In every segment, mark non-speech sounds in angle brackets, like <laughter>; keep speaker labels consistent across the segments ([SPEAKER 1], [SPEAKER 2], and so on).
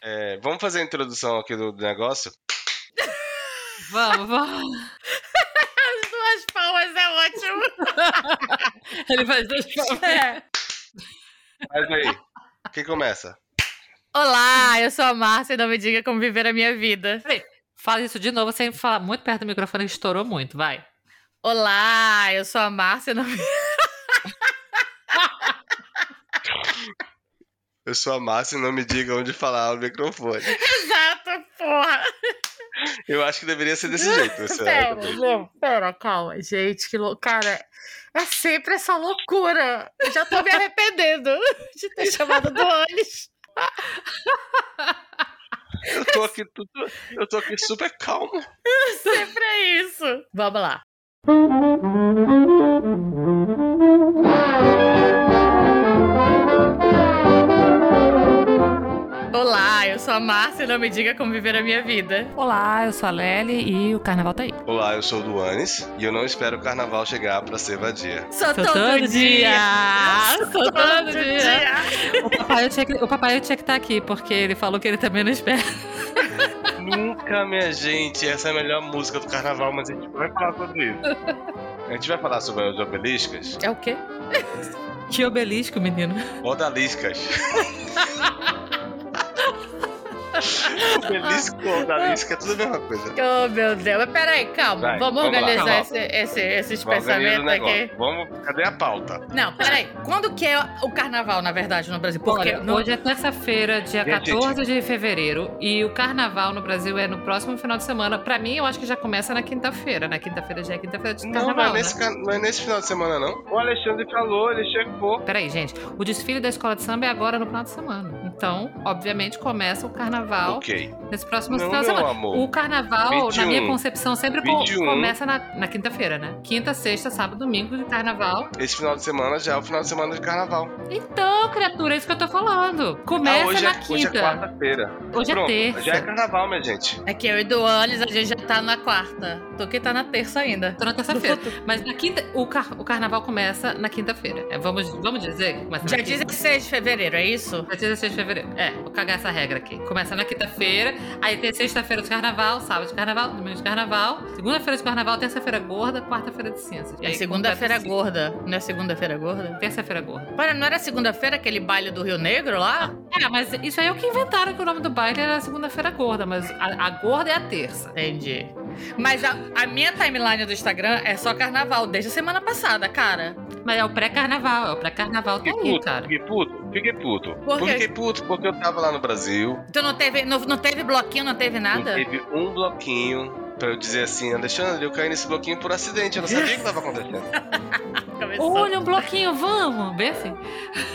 [SPEAKER 1] É, vamos fazer a introdução aqui do, do negócio?
[SPEAKER 2] Vamos, vamos.
[SPEAKER 3] As duas palmas é ótimo.
[SPEAKER 2] <laughs> Ele faz dois
[SPEAKER 3] É.
[SPEAKER 1] Mas aí, quem começa?
[SPEAKER 3] Olá, eu sou a Márcia e não me diga como viver a minha vida.
[SPEAKER 2] Fala isso de novo sem falar muito perto do microfone que estourou muito, vai.
[SPEAKER 3] Olá, eu sou a Márcia e não me...
[SPEAKER 1] Eu sou a Márcia e não me diga onde falar o microfone.
[SPEAKER 3] Exato, porra.
[SPEAKER 1] Eu acho que deveria ser <laughs> desse jeito. esse
[SPEAKER 3] Pera,
[SPEAKER 1] também.
[SPEAKER 3] não, pera, calma. Gente, que louco. Cara, é sempre essa loucura. Eu já tô me arrependendo <laughs> de ter chamado do Anis.
[SPEAKER 1] eu, tô aqui, tudo- eu tô aqui super calmo.
[SPEAKER 3] Sempre é isso. Vamos lá. Olá, eu sou a Márcia e não me diga como viver a minha vida.
[SPEAKER 2] Olá, eu sou a Lely e o carnaval tá aí.
[SPEAKER 1] Olá, eu sou o Duanes e eu não espero o carnaval chegar pra ser vadia.
[SPEAKER 2] Sou
[SPEAKER 3] Sou
[SPEAKER 2] todo dia! Sou todo dia!
[SPEAKER 3] dia.
[SPEAKER 2] O papai tinha que, o papai tinha que estar aqui, porque ele falou que ele também não espera.
[SPEAKER 1] Nunca, minha gente, essa é a melhor música do carnaval, mas a gente vai falar sobre isso. A gente vai falar sobre as obeliscas?
[SPEAKER 3] É o quê?
[SPEAKER 2] Que obelisco, menino.
[SPEAKER 1] <laughs> Odaliscas. Obelisco ou odalisca é tudo a mesma coisa.
[SPEAKER 3] Oh, meu Deus. Mas peraí, calma.
[SPEAKER 1] Vai,
[SPEAKER 3] vamos,
[SPEAKER 1] vamos lá.
[SPEAKER 3] organizar
[SPEAKER 2] Calma.
[SPEAKER 3] esse- esse- é esses
[SPEAKER 1] Organiza o
[SPEAKER 3] pensamentos aqui.
[SPEAKER 1] negócio. Vamos, cadê a pauta?
[SPEAKER 3] Não, peraí. Quando que é o carnaval, na verdade, no Brasil? Porque
[SPEAKER 2] Olha,
[SPEAKER 3] no-
[SPEAKER 2] hoje é terça-feira, dia
[SPEAKER 1] Gente,
[SPEAKER 2] 14 de fevereiro, e o carnaval no Brasil é no próximo final de semana. Pra mim, eu acho que já começa na quinta-feira. Na quinta-feira já é quinta-feira de
[SPEAKER 1] Não,
[SPEAKER 2] carnaval.
[SPEAKER 1] não é,
[SPEAKER 2] né?
[SPEAKER 1] nesse, ca- não é nesse final de semana, não. O Alexandre falou, ele checou.
[SPEAKER 2] Peraí, gente. O desfile da escola de samba é agora no final de semana. Então, obviamente, começa o carnaval
[SPEAKER 1] Ok.
[SPEAKER 2] nesse próximo
[SPEAKER 1] Não,
[SPEAKER 2] final de
[SPEAKER 1] meu
[SPEAKER 2] semana.
[SPEAKER 1] amor.
[SPEAKER 2] O carnaval, na
[SPEAKER 1] 21,
[SPEAKER 2] minha concepção, sempre co-
[SPEAKER 1] 21.
[SPEAKER 2] começa na, na quinta-feira, né? Quinta, sexta, sábado, domingo de carnaval.
[SPEAKER 1] Esse final de semana já é o final de semana de carnaval.
[SPEAKER 2] Então, criatura, é isso que eu tô falando.
[SPEAKER 1] Ah,
[SPEAKER 2] Começa
[SPEAKER 1] hoje,
[SPEAKER 2] na
[SPEAKER 1] é, hoje é
[SPEAKER 2] quinta.
[SPEAKER 1] quarta-feira.
[SPEAKER 2] Hoje é,
[SPEAKER 1] Pronto,
[SPEAKER 2] terça.
[SPEAKER 1] já é carnaval, minha gente.
[SPEAKER 3] É que eu e Duanes, a gente já tá na quarta. Tu que tá na terça ainda.
[SPEAKER 2] Tô Tá na terça-feira. Mas na quinta, o, car- o carnaval começa na quinta-feira. É, vamos, vamos dizer que começa
[SPEAKER 3] Dia
[SPEAKER 2] na quinta.
[SPEAKER 3] 16 é de fevereiro, é isso?
[SPEAKER 2] Dia 16 de fevereiro. É, vou cagar essa regra aqui. Começa na quinta-feira, aí tem sexta-feira de carnaval, sábado de carnaval, domingo de carnaval, segunda-feira de carnaval, terça-feira gorda, quarta-feira de cinzas. E
[SPEAKER 3] É
[SPEAKER 2] aí
[SPEAKER 3] segunda-feira
[SPEAKER 2] completa o
[SPEAKER 3] gorda. Não é segunda-feira gorda?
[SPEAKER 2] ciclo. Terça-feira gorda.
[SPEAKER 3] Para, não era segunda-feira aquele baile do Rio Negro lá?
[SPEAKER 2] É, mas isso aí é o que inventaram que o nome do baile era segunda-feira gorda, mas a, a gorda é a terça.
[SPEAKER 3] Entendi. Mas a, a minha timeline do Instagram é só carnaval, desde a semana passada, cara.
[SPEAKER 2] Mas é o pré-carnaval, é o pré-carnaval tá
[SPEAKER 1] Fiquei
[SPEAKER 2] aí,
[SPEAKER 1] puto,
[SPEAKER 2] cara.
[SPEAKER 1] fiquei puto, fiquei puto.
[SPEAKER 3] Por quê?
[SPEAKER 1] Fiquei puto porque eu tava lá no Brasil.
[SPEAKER 3] Tu Então não teve, não, não teve bloquinho, não teve nada?
[SPEAKER 1] Não teve um bloquinho pra eu dizer assim, Alexandre, eu caí nesse bloquinho por acidente, eu não sabia o que tava acontecendo.
[SPEAKER 3] Começou.
[SPEAKER 2] Olha, um bloquinho, vamos! Bem assim.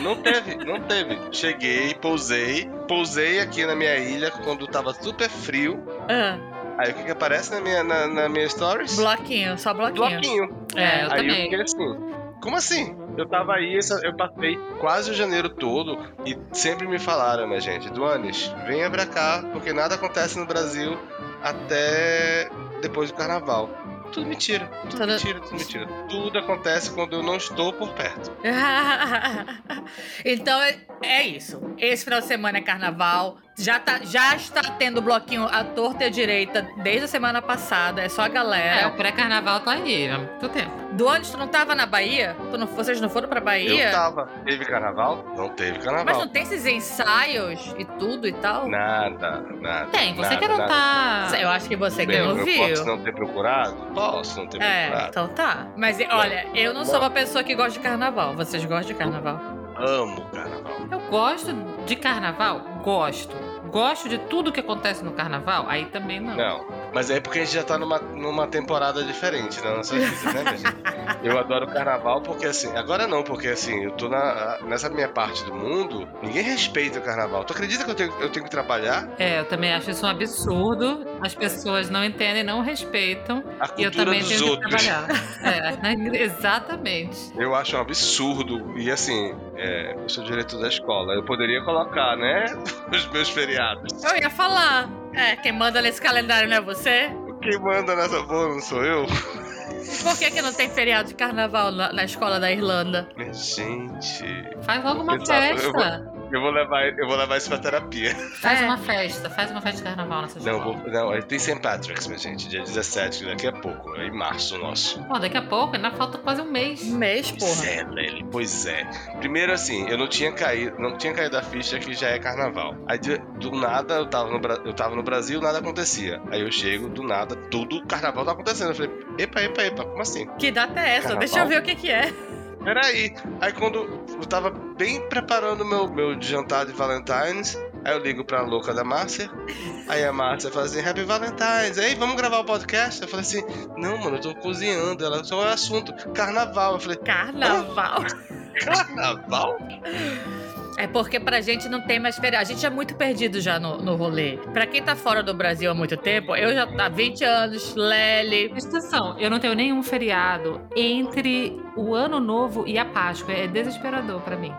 [SPEAKER 1] Não teve, não teve. Cheguei, pousei, pousei aqui na minha ilha quando tava super frio.
[SPEAKER 3] Ah,
[SPEAKER 1] Aí o que que aparece na minha, na, na minha stories?
[SPEAKER 3] bloquinho, só bloquinho.
[SPEAKER 1] Bloquinho.
[SPEAKER 2] É,
[SPEAKER 1] aí
[SPEAKER 2] eu
[SPEAKER 1] eu
[SPEAKER 2] também.
[SPEAKER 1] fiquei assim, como assim? Eu tava aí, essa- eu passei quase o janeiro todo e sempre me falaram, minha gente, Duanes, venha pra cá, porque nada acontece no Brasil até depois do carnaval. Tudo mentira, tudo
[SPEAKER 3] Tudo-
[SPEAKER 1] mentira, tudo mentira. Tudo acontece quando eu não estou por perto.
[SPEAKER 3] <laughs> então é, é isso. Esse final de semana é carnaval. Já, tá, já está tendo bloquinho à torta e à direita desde a semana passada. É só a
[SPEAKER 2] É, o
[SPEAKER 3] galera.
[SPEAKER 2] pré-carnaval tá aí, há muito tempo.
[SPEAKER 3] Do ano tu não tava na Bahia? Tu não- vocês não foram pra Bahia?
[SPEAKER 1] Eu tava. Teve carnaval? Não teve
[SPEAKER 3] Mas
[SPEAKER 1] carnaval.
[SPEAKER 3] não tem esses ensaios e tudo e tal?
[SPEAKER 1] Nada, nada.
[SPEAKER 2] Tem, você
[SPEAKER 1] nada,
[SPEAKER 2] que não
[SPEAKER 1] nada.
[SPEAKER 2] tá.
[SPEAKER 3] Eu acho que você que
[SPEAKER 1] Bem,
[SPEAKER 3] não
[SPEAKER 1] eu
[SPEAKER 3] viu.
[SPEAKER 1] posso não ter procurado? Posso não ter
[SPEAKER 3] É,
[SPEAKER 1] procurado.
[SPEAKER 3] então tá. Mas e- olha, eu não sou uma pessoa que gosta de carnaval. Vocês gostam de carnaval?
[SPEAKER 1] Amo carnaval.
[SPEAKER 2] Eu gosto de carnaval? Gosto. Gosto de tudo que acontece no carnaval? Aí também não.
[SPEAKER 1] Não, mas é porque a gente já tá numa, numa temporada diferente na nossa vida, né, minha
[SPEAKER 2] <laughs>
[SPEAKER 1] gente? Eu adoro carnaval porque assim, agora não, porque assim, eu tô na, nessa minha parte do mundo, ninguém respeita o carnaval. Tu acredita que eu tenho, eu tenho que trabalhar?
[SPEAKER 2] É, eu também acho isso um absurdo. As pessoas não entendem, não respeitam.
[SPEAKER 1] A
[SPEAKER 2] E eu
[SPEAKER 1] cultura
[SPEAKER 2] também
[SPEAKER 1] dos
[SPEAKER 2] tenho que
[SPEAKER 1] outros.
[SPEAKER 2] trabalhar. <laughs> É, <laughs> né? exatamente.
[SPEAKER 1] Eu acho um absurdo. E assim, é, eu sou diretor da escola. Eu poderia colocar, né? <laughs> Os meus feriados.
[SPEAKER 3] Eu ia falar. É, quem manda nesse calendário não é você?
[SPEAKER 1] Quem manda nessa porra não sou eu.
[SPEAKER 3] E por que, que não tem feriado de carnaval na, na escola da Irlanda?
[SPEAKER 1] Minha Gente,
[SPEAKER 2] Faz logo uma
[SPEAKER 1] Exato, eu
[SPEAKER 2] festa.
[SPEAKER 1] Eu vou levar, eu vou levar isso pra terapia.
[SPEAKER 2] Faz
[SPEAKER 3] É.
[SPEAKER 2] uma festa, faz uma festa de carnaval nessa
[SPEAKER 1] Não,
[SPEAKER 2] escola.
[SPEAKER 1] vou, não, tem St. Patrick's, minha gente, dia 17, daqui a pouco, é em março nosso.
[SPEAKER 2] Pô, daqui a pouco, ainda falta quase um mês.
[SPEAKER 3] Um mês,
[SPEAKER 1] Pois
[SPEAKER 3] porra.
[SPEAKER 1] é, Lely, pois é. Primeiro assim, eu não tinha caído, não tinha caído a ficha que já é carnaval. Aí de- do nada eu tava no, Bra- eu tava no Brasil, nada acontecia. Aí eu chego, do nada, tudo carnaval tá acontecendo. Eu falei, epa, epa, epa, como assim?
[SPEAKER 3] Que data é essa?
[SPEAKER 1] Carnaval?
[SPEAKER 3] Deixa eu ver o que que é.
[SPEAKER 1] Peraí. Aí quando eu tava bem preparando meu, meu jantar de Valentine's, aí eu ligo pra louca da Márcia. Aí a Márcia fala assim, Happy Valentine's, ei, vamos gravar o podcast? Eu falei assim, não, mano, eu tô cozinhando. Ela só é assunto, carnaval. Eu falei,
[SPEAKER 3] Carnaval.
[SPEAKER 1] carnaval?
[SPEAKER 3] É porque pra gente não tem mais feriado. A gente é muito perdido já no, no rolê. Pra quem tá fora do Brasil há muito tempo, eu já tá 20 anos, Lely.
[SPEAKER 2] Presta atenção, eu não tenho nenhum feriado entre o Ano Novo e a Páscoa. É desesperador pra mim.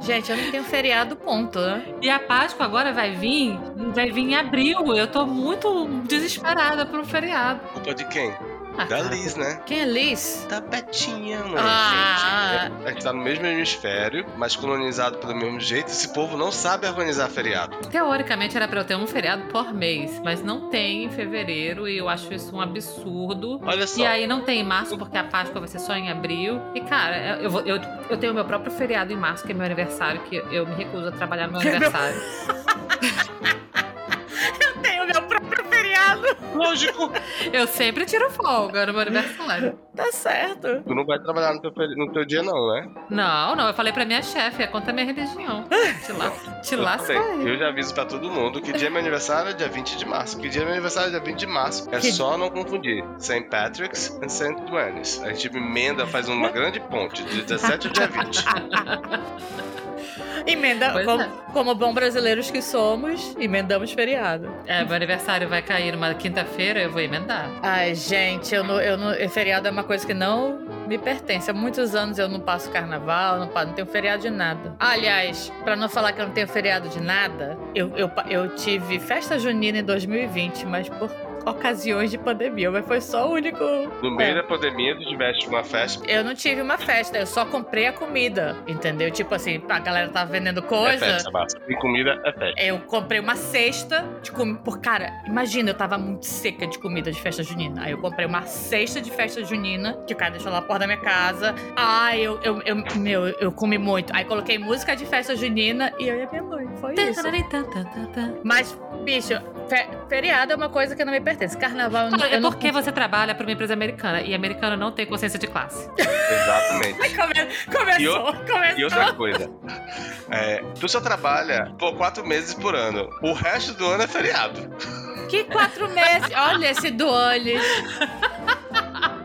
[SPEAKER 3] Gente, eu não tenho feriado, ponto, né?
[SPEAKER 2] E a Páscoa agora vai vir, vai vir em abril. Eu tô muito desesperada por um feriado.
[SPEAKER 1] Culpa de quem?
[SPEAKER 2] Ah,
[SPEAKER 1] Da
[SPEAKER 2] cara.
[SPEAKER 1] Liz, né?
[SPEAKER 3] Quem é Liz?
[SPEAKER 1] Da Betinha, mano.
[SPEAKER 3] Ah.
[SPEAKER 1] gente. A gente tá no mesmo hemisfério, mas colonizado pelo mesmo jeito. Esse povo não sabe organizar feriado.
[SPEAKER 2] Teoricamente era pra eu ter um feriado por mês, mas não tem em fevereiro e eu acho isso um absurdo.
[SPEAKER 1] Olha só.
[SPEAKER 2] E aí não tem em março, porque a Páscoa vai ser só em abril. E, cara, eu, vou- eu, eu tenho meu próprio feriado em março, que é meu aniversário, que eu me recuso a trabalhar no meu
[SPEAKER 3] <laughs> Que meu-
[SPEAKER 2] aniversário.
[SPEAKER 3] Eu tenho meu próprio feriado.
[SPEAKER 1] Lógico.
[SPEAKER 2] Eu sempre tiro folga no meu aniversário.
[SPEAKER 3] Tá certo.
[SPEAKER 1] Tu não vai trabalhar no teu, feri- no teu dia, não, né?
[SPEAKER 2] Não, não, eu falei pra minha chefe, é contra a minha religião. Te, la... te
[SPEAKER 1] Eu
[SPEAKER 2] lasca
[SPEAKER 1] sei.
[SPEAKER 2] aí.
[SPEAKER 1] Eu já aviso pra todo mundo que dia é meu aniversário é dia 20 de março. Que dia é meu aniversário é dia 20 de março. É
[SPEAKER 3] Que-
[SPEAKER 1] só não confundir. St. Patrick's e St. Duanes. A gente emenda, faz uma grande ponte. De 17 ao dia 20.
[SPEAKER 3] Emenda,
[SPEAKER 2] Pois
[SPEAKER 3] como, como bom brasileiros que somos, emendamos feriado.
[SPEAKER 2] É, meu aniversário vai cair numa quinta-feira, eu vou emendar.
[SPEAKER 3] Ai, gente, eu não, eu não, eh, feriado é uma coisa que não me pertence. Há muitos anos eu não passo carnaval, não, pa- não tenho feriado de nada. Aliás, pra não falar que eu não tenho feriado de nada, eu, eu, pa- eu tive festa junina em 2020, mas por ocasiões de pandemia, mas foi só o único.
[SPEAKER 1] No meio da pandemia, tu tiveste uma festa.
[SPEAKER 3] Eu não tive uma festa, eu só comprei a comida, entendeu? Tipo assim, a galera tava vendendo
[SPEAKER 1] É
[SPEAKER 3] coisa.
[SPEAKER 1] festa, massa. Tem comida, é festa.
[SPEAKER 3] Eu comprei uma cesta de comida. Por cara, imagina, eu tava muito seca de comida de festa junina. Aí eu comprei uma cesta de festa junina, que o cara deixou lá na porta da minha casa. Ai, eu, eu, eu- meu, eu comi muito. Aí coloquei música de festa junina e eu e a minha mãe. Foi isso. Mas, bicho, fe- feriado é uma coisa que não me pertence. Carnaval eu não-
[SPEAKER 2] Cara, É
[SPEAKER 3] eu não.
[SPEAKER 2] porque você trabalha pra uma empresa americana e americano não tem consciência de classe.
[SPEAKER 1] Exatamente.
[SPEAKER 3] <laughs> Come-
[SPEAKER 1] E
[SPEAKER 3] Começou,
[SPEAKER 1] o- E
[SPEAKER 3] começou.
[SPEAKER 1] outra coisa, é, tu só trabalha por quatro meses por ano. O resto do ano é feriado.
[SPEAKER 3] Que quatro meses. Olha esse Duolis.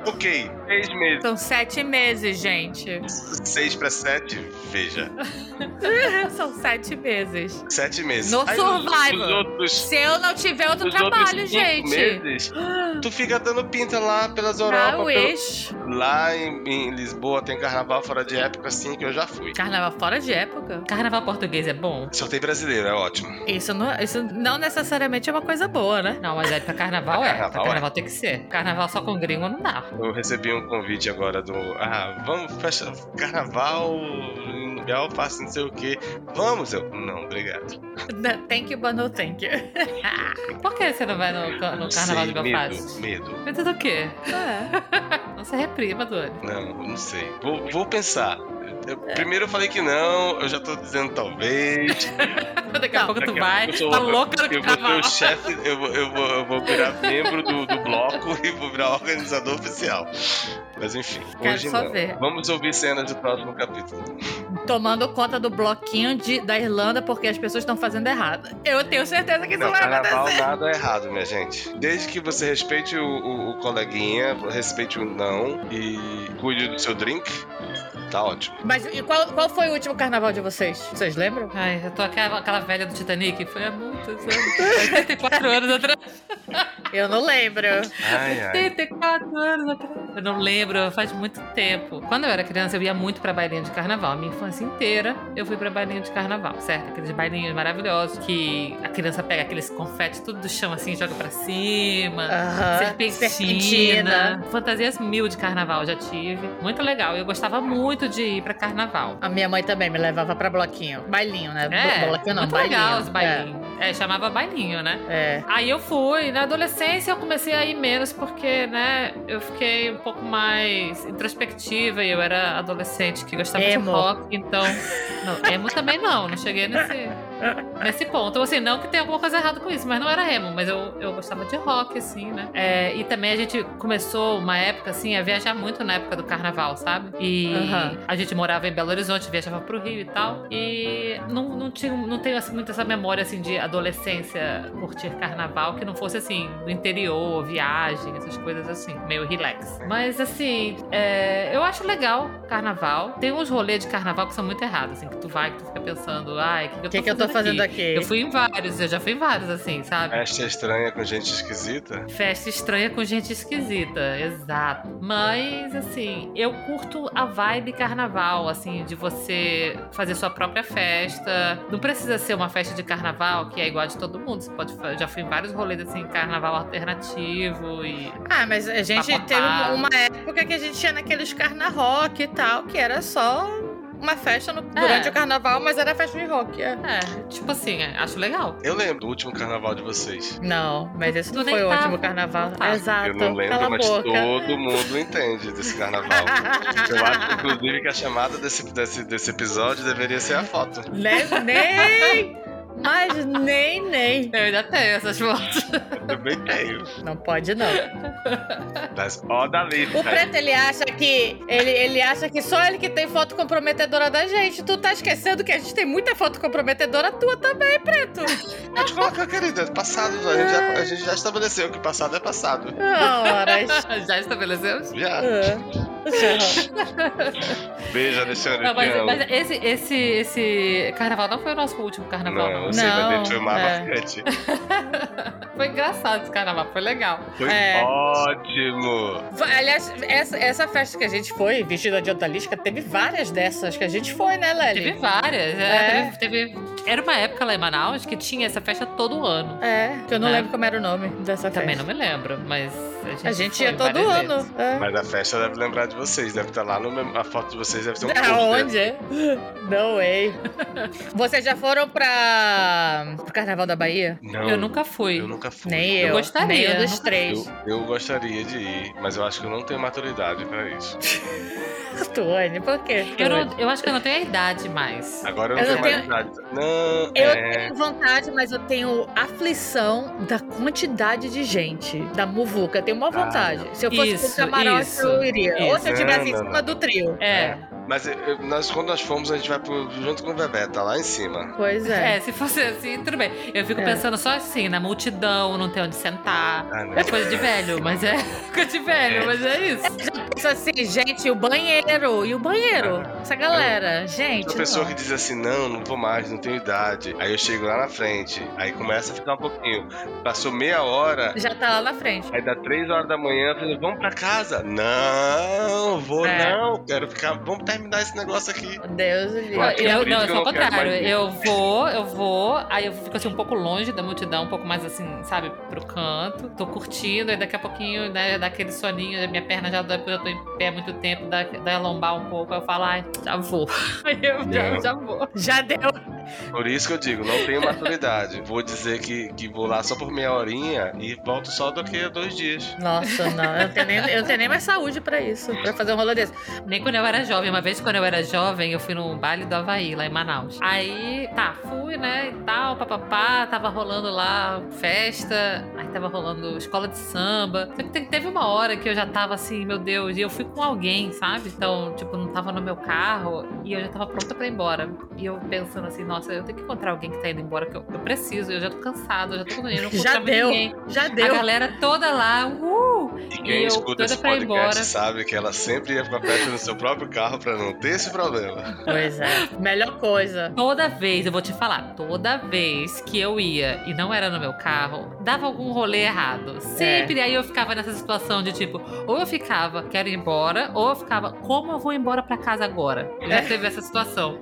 [SPEAKER 1] Ok, seis meses.
[SPEAKER 3] São sete meses, gente. <laughs>
[SPEAKER 1] Seis pra sete, veja.
[SPEAKER 3] São sete meses.
[SPEAKER 1] Sete meses.
[SPEAKER 3] No
[SPEAKER 1] Os
[SPEAKER 3] survival.
[SPEAKER 1] outros,
[SPEAKER 3] Se eu não tiver outro
[SPEAKER 1] os
[SPEAKER 3] trabalho,
[SPEAKER 1] outros cinco
[SPEAKER 3] gente.
[SPEAKER 1] meses,
[SPEAKER 3] <gasps>
[SPEAKER 1] tu fica dando pinta lá pelas
[SPEAKER 3] Ah,
[SPEAKER 1] Europa. pelo-
[SPEAKER 3] wish.
[SPEAKER 1] Lá em, em Lisboa tem carnaval fora de época, assim, que eu já fui.
[SPEAKER 3] Carnaval fora de época.
[SPEAKER 2] Carnaval português é bom?
[SPEAKER 1] Só tem brasileiro, é ótimo.
[SPEAKER 3] Isso não, isso não necessariamente é uma coisa boa, né?
[SPEAKER 2] Não, mas é pra carnaval é. Pra
[SPEAKER 1] Carnaval é.
[SPEAKER 2] carnaval tem que ser. Carnaval só com gringo não dá.
[SPEAKER 1] Eu recebi um convite agora do. Ah, vamos, festa, carnaval em Bel, faço não sei o quê. Vamos, eu. Não, obrigado.
[SPEAKER 3] Não, Thank you, but no thank you.
[SPEAKER 2] Por que você não vai no, ca- no
[SPEAKER 1] Não
[SPEAKER 2] carnaval
[SPEAKER 1] sei,
[SPEAKER 2] de Belfast?
[SPEAKER 1] Medo, medo.
[SPEAKER 2] Medo é do quê? <laughs> Não se reprima, Dani.
[SPEAKER 1] Não, não sei. Vou, vou pensar. Eu-
[SPEAKER 2] É.
[SPEAKER 1] primeiro eu falei que não, eu já tô dizendo talvez.
[SPEAKER 2] <laughs> Daqui a
[SPEAKER 3] Não.
[SPEAKER 2] pouco tu
[SPEAKER 1] Daqui a
[SPEAKER 2] vai,
[SPEAKER 1] pouco eu sou-
[SPEAKER 2] tá louca no
[SPEAKER 1] Eu vou ser
[SPEAKER 2] carnaval.
[SPEAKER 1] o chefe, eu, vou- eu, vou, eu vou virar membro do, do bloco <laughs> e vou virar organizador oficial. Mas enfim,
[SPEAKER 3] Quero
[SPEAKER 1] hoje
[SPEAKER 3] só
[SPEAKER 1] não.
[SPEAKER 3] ver.
[SPEAKER 1] Vamos ouvir cenas do próximo capítulo.
[SPEAKER 3] Tomando conta do bloquinho de, da Irlanda porque as pessoas estão fazendo errado. Eu tenho certeza que isso
[SPEAKER 1] Não,
[SPEAKER 3] vai
[SPEAKER 1] carnaval
[SPEAKER 3] acontecer.
[SPEAKER 1] nada é errado, minha gente. Desde que você respeite o, o- o coleguinha, respeite o não e cuide do seu drink, tá ótimo.
[SPEAKER 3] Mas e qual, qual foi o último carnaval de vocês? Vocês lembram?
[SPEAKER 2] Ai, eu tô aquela, aquela velha do Titanic. Foi há muitos anos. 84 anos atrás.
[SPEAKER 3] Eu não lembro.
[SPEAKER 1] Ai, ai.
[SPEAKER 2] 84 anos atrás. Eu não lembro, faz muito tempo. Quando eu era criança, eu ia muito pra bailinha de carnaval. Minha infância inteira, eu fui pra bailinha de carnaval, certo? Aqueles bailinhos maravilhosos que a criança pega aqueles confetes tudo do chão assim, joga pra cima.
[SPEAKER 3] Aham.
[SPEAKER 2] Serpentina.
[SPEAKER 3] Serpentina.
[SPEAKER 2] Fantasias mil de carnaval já tive. Muito legal. Eu gostava muito de ir pra carnaval.
[SPEAKER 3] A minha mãe também me levava pra bloquinho. Bailinho, né?
[SPEAKER 2] É,
[SPEAKER 3] bloquinho não,
[SPEAKER 2] muito
[SPEAKER 3] bailinho.
[SPEAKER 2] legal os bailinhos. é, chamava bailinho, né?
[SPEAKER 3] É. é.
[SPEAKER 2] Aí eu fui. Na adolescência eu comecei a ir menos porque, né, eu fiquei um pouco mais introspectiva e eu era adolescente que gostava de
[SPEAKER 3] Emo.
[SPEAKER 2] rock, então. Não, emo também não, não cheguei nesse, nesse ponto. Assim, não que tenha alguma coisa errada com isso, mas não era emo, mas eu, eu gostava de rock, assim, né? É, e também a gente começou uma época, assim, a viajar muito na época do carnaval, sabe? E
[SPEAKER 3] Aham.
[SPEAKER 2] a gente morava em Belo Horizonte, viajava pro Rio e tal. E não, não, tinha, não tenho assim, muito essa memória, assim, de adolescência curtir carnaval, que não fosse, assim, no interior, viagem, essas coisas assim, meio relax. Mas, assim, é, eu acho legal carnaval. Tem uns rolês de carnaval que são muito errados, assim, que tu vai, que tu fica pensando, ai, o que,
[SPEAKER 3] O que, que eu tô fazendo
[SPEAKER 2] aqui?
[SPEAKER 3] aqui?
[SPEAKER 2] Eu fui em vários, eu já fui em vários, assim, sabe?
[SPEAKER 1] Festa é estranha com gente esquisita?
[SPEAKER 2] Festa estranha com gente esquisita, exato. Mas, assim, eu curto a vibe carnaval, assim, de você fazer sua própria festa. Não precisa ser uma festa de carnaval que é igual a de todo mundo. Você pode. fa- eu Já fui em vários rolês, assim, carnaval alternativo e.
[SPEAKER 3] Ah, mas a gente
[SPEAKER 2] Papapá.
[SPEAKER 3] teve uma época que a gente tinha naqueles carna rock e tal, que era só uma festa no- durante o carnaval, mas era festa de rock. É.
[SPEAKER 2] É, tipo assim, é, acho legal.
[SPEAKER 1] Eu lembro do último carnaval de vocês.
[SPEAKER 3] Não, mas esse
[SPEAKER 2] Tu
[SPEAKER 3] não
[SPEAKER 2] nem
[SPEAKER 3] foi o
[SPEAKER 2] tava,
[SPEAKER 3] último carnaval.
[SPEAKER 2] não tava.
[SPEAKER 3] Exato.
[SPEAKER 1] Eu não lembro,
[SPEAKER 3] Cala
[SPEAKER 1] mas
[SPEAKER 3] a boca.
[SPEAKER 1] todo mundo entende desse carnaval. Eu acho, inclusive, que a chamada desse, desse, desse episódio deveria ser a foto.
[SPEAKER 3] Nem, nem. Mas nem, nem.
[SPEAKER 2] Eu ainda tenho essas fotos. <laughs>
[SPEAKER 1] Eu também tenho.
[SPEAKER 3] Não pode, não.
[SPEAKER 1] Mas ó tá? da lista.
[SPEAKER 3] O preto, ele acha que. Ele, ele acha que só ele que tem foto comprometedora da gente. Tu tá esquecendo que a gente tem muita foto comprometedora tua também, preto.
[SPEAKER 1] Pode colocar, querida. Passado, a gente, já, a gente já estabeleceu que passado é passado.
[SPEAKER 3] Ah, horas.
[SPEAKER 2] <laughs> já estabeleceu?
[SPEAKER 1] Já.
[SPEAKER 3] Ah.
[SPEAKER 1] Beijo, Alexandre.
[SPEAKER 2] Não,
[SPEAKER 1] te
[SPEAKER 3] é-
[SPEAKER 2] mas,
[SPEAKER 1] amo.
[SPEAKER 2] mas esse, esse, esse carnaval não foi o nosso último carnaval, não.
[SPEAKER 1] Não, eu sei, mas
[SPEAKER 3] Não,
[SPEAKER 1] ele foi uma
[SPEAKER 3] é.
[SPEAKER 1] marcante.
[SPEAKER 2] Foi engraçado esse carnaval, foi legal.
[SPEAKER 1] Foi
[SPEAKER 3] É.
[SPEAKER 1] ótimo.
[SPEAKER 3] Va- Aliás, essa, essa festa que a gente foi, vestida de odalisca, teve várias dessas que a gente foi, né,
[SPEAKER 2] Teve
[SPEAKER 3] Lely?
[SPEAKER 2] várias.
[SPEAKER 3] É.
[SPEAKER 2] é, Teve, teve- Era uma época lá em Manaus que tinha essa festa todo ano.
[SPEAKER 3] É, que eu não
[SPEAKER 2] É.
[SPEAKER 3] lembro como era o nome dessa
[SPEAKER 2] Também não
[SPEAKER 3] festa.
[SPEAKER 2] me lembro, mas a gente,
[SPEAKER 3] A gente
[SPEAKER 2] foi
[SPEAKER 3] ia todo
[SPEAKER 2] várias
[SPEAKER 3] ano.
[SPEAKER 2] vezes.
[SPEAKER 3] É.
[SPEAKER 1] Mas a festa deve lembrar de vocês. Deve estar lá no mem- A foto de vocês deve ter um pôster.
[SPEAKER 3] <laughs> Aonde? é? No
[SPEAKER 2] <laughs>
[SPEAKER 3] way. Vocês já foram pra. pro Carnaval da Bahia?
[SPEAKER 1] Não,
[SPEAKER 2] Eu nunca fui.
[SPEAKER 1] eu nunca fui.
[SPEAKER 3] Nem eu.
[SPEAKER 2] gostaria,
[SPEAKER 3] Nem eu dos
[SPEAKER 2] nunca
[SPEAKER 3] três.
[SPEAKER 1] Eu, eu gostaria de ir, mas eu acho que eu não tenho maturidade pra isso.
[SPEAKER 3] <laughs> Tuane, por quê?
[SPEAKER 2] Eu,
[SPEAKER 3] Tuane?
[SPEAKER 2] não- eu acho que eu não tenho a idade mais.
[SPEAKER 1] Agora eu
[SPEAKER 3] Eu
[SPEAKER 1] não
[SPEAKER 3] não
[SPEAKER 1] tenho
[SPEAKER 3] tenho-
[SPEAKER 1] maturidade. Não,
[SPEAKER 3] Eu
[SPEAKER 1] é.
[SPEAKER 3] tenho vontade, mas eu tenho aflição da quantidade de gente, da muvuca. Eu tenho uma
[SPEAKER 1] Ah,
[SPEAKER 3] vontade. Se eu fosse
[SPEAKER 2] Isso,
[SPEAKER 3] pro camarote,
[SPEAKER 2] isso,
[SPEAKER 3] eu iria. Ou se eu
[SPEAKER 1] isso.
[SPEAKER 3] estivesse em
[SPEAKER 1] Não, não,
[SPEAKER 3] cima do trio.
[SPEAKER 2] É.
[SPEAKER 1] Mas eu- eu- nós, quando nós formos, a gente vai pro- junto com o Vevé, tá lá em cima.
[SPEAKER 3] Pois
[SPEAKER 2] É.
[SPEAKER 3] é.
[SPEAKER 2] se fosse assim, tudo bem. Eu fico
[SPEAKER 3] É.
[SPEAKER 2] pensando só assim, na multidão, não ter onde sentar. <laughs>
[SPEAKER 1] Ah, não.
[SPEAKER 2] É coisa de velho, mas é coisa de velho, mas é isso.
[SPEAKER 3] Pensa assim, gente, o banheiro. E o banheiro? Essa galera. Gente.
[SPEAKER 1] Ah. Uma pessoa
[SPEAKER 3] não.
[SPEAKER 1] que diz assim, não, não vou mais, não tenho idade. Aí eu chego lá na frente, aí começa a ficar um pouquinho. Passou meia hora,
[SPEAKER 3] Já tá lá na frente.
[SPEAKER 1] aí dá três horas da manhã, eu falei, vamos pra casa. Não, vou
[SPEAKER 2] É.
[SPEAKER 1] não, quero ficar, vamos terminar esse negócio aqui.
[SPEAKER 3] Deus o livre.
[SPEAKER 1] Eu acho que é
[SPEAKER 2] Eu,
[SPEAKER 1] por isso
[SPEAKER 2] não,
[SPEAKER 1] que eu
[SPEAKER 2] eu sou o
[SPEAKER 1] não quero
[SPEAKER 2] contrário.
[SPEAKER 1] mais ir.
[SPEAKER 2] Eu vou, eu vou, aí eu fico assim um pouco longe da multidão, um pouco mais assim, sabe, pro canto. Tô curtindo, aí daqui a pouquinho, né, dá aquele soninho, minha perna já dói, porque eu tô em pé há muito tempo, dá, dá a lombar um pouco, aí eu falo, ai, já vou. <laughs> Aí eu já,
[SPEAKER 1] Não.
[SPEAKER 2] já vou.
[SPEAKER 3] Já deu.
[SPEAKER 1] Por isso que eu digo, não tenho maturidade. Vou dizer que, que vou lá só por meia horinha e volto só daqui a dois dias.
[SPEAKER 3] Nossa, não. Eu não tenho nem, eu não tenho nem mais saúde pra isso. Pra fazer um rolê desse.
[SPEAKER 2] Nem quando eu era jovem. Uma vez quando eu era jovem, eu fui num baile do Havaí, lá em Manaus. Aí, tá, fui, né, e tal, papapá, tava rolando lá festa, aí tava rolando escola de samba. Só que te- teve uma hora que eu já tava assim, meu Deus, e eu fui com alguém, sabe? Então, tipo, não tava no meu carro e eu já tava pronta pra ir embora. E eu pensando assim, nossa, eu tenho que encontrar alguém que tá indo embora, que eu, eu preciso, eu já tô cansada, eu já tô com ninguém, eu não
[SPEAKER 3] Já
[SPEAKER 2] encontrava
[SPEAKER 3] deu.
[SPEAKER 2] ninguém.
[SPEAKER 3] Já
[SPEAKER 2] A
[SPEAKER 3] deu.
[SPEAKER 2] galera toda lá, uh!
[SPEAKER 1] E quem
[SPEAKER 2] eu
[SPEAKER 1] escuta
[SPEAKER 2] toda
[SPEAKER 1] esse
[SPEAKER 2] pra ir
[SPEAKER 1] podcast
[SPEAKER 2] embora.
[SPEAKER 1] sabe que ela sempre ia pra festa no seu próprio carro pra não ter esse problema.
[SPEAKER 3] Pois é. Melhor coisa.
[SPEAKER 2] Toda vez, eu vou te falar, toda vez que eu ia e não era no meu carro, dava algum rolê errado. Sempre aí eu ficava nessa situação de tipo, ou eu ficava, quero ir embora, ou eu ficava, como eu vou embora pra casa agora? Já teve essa situação.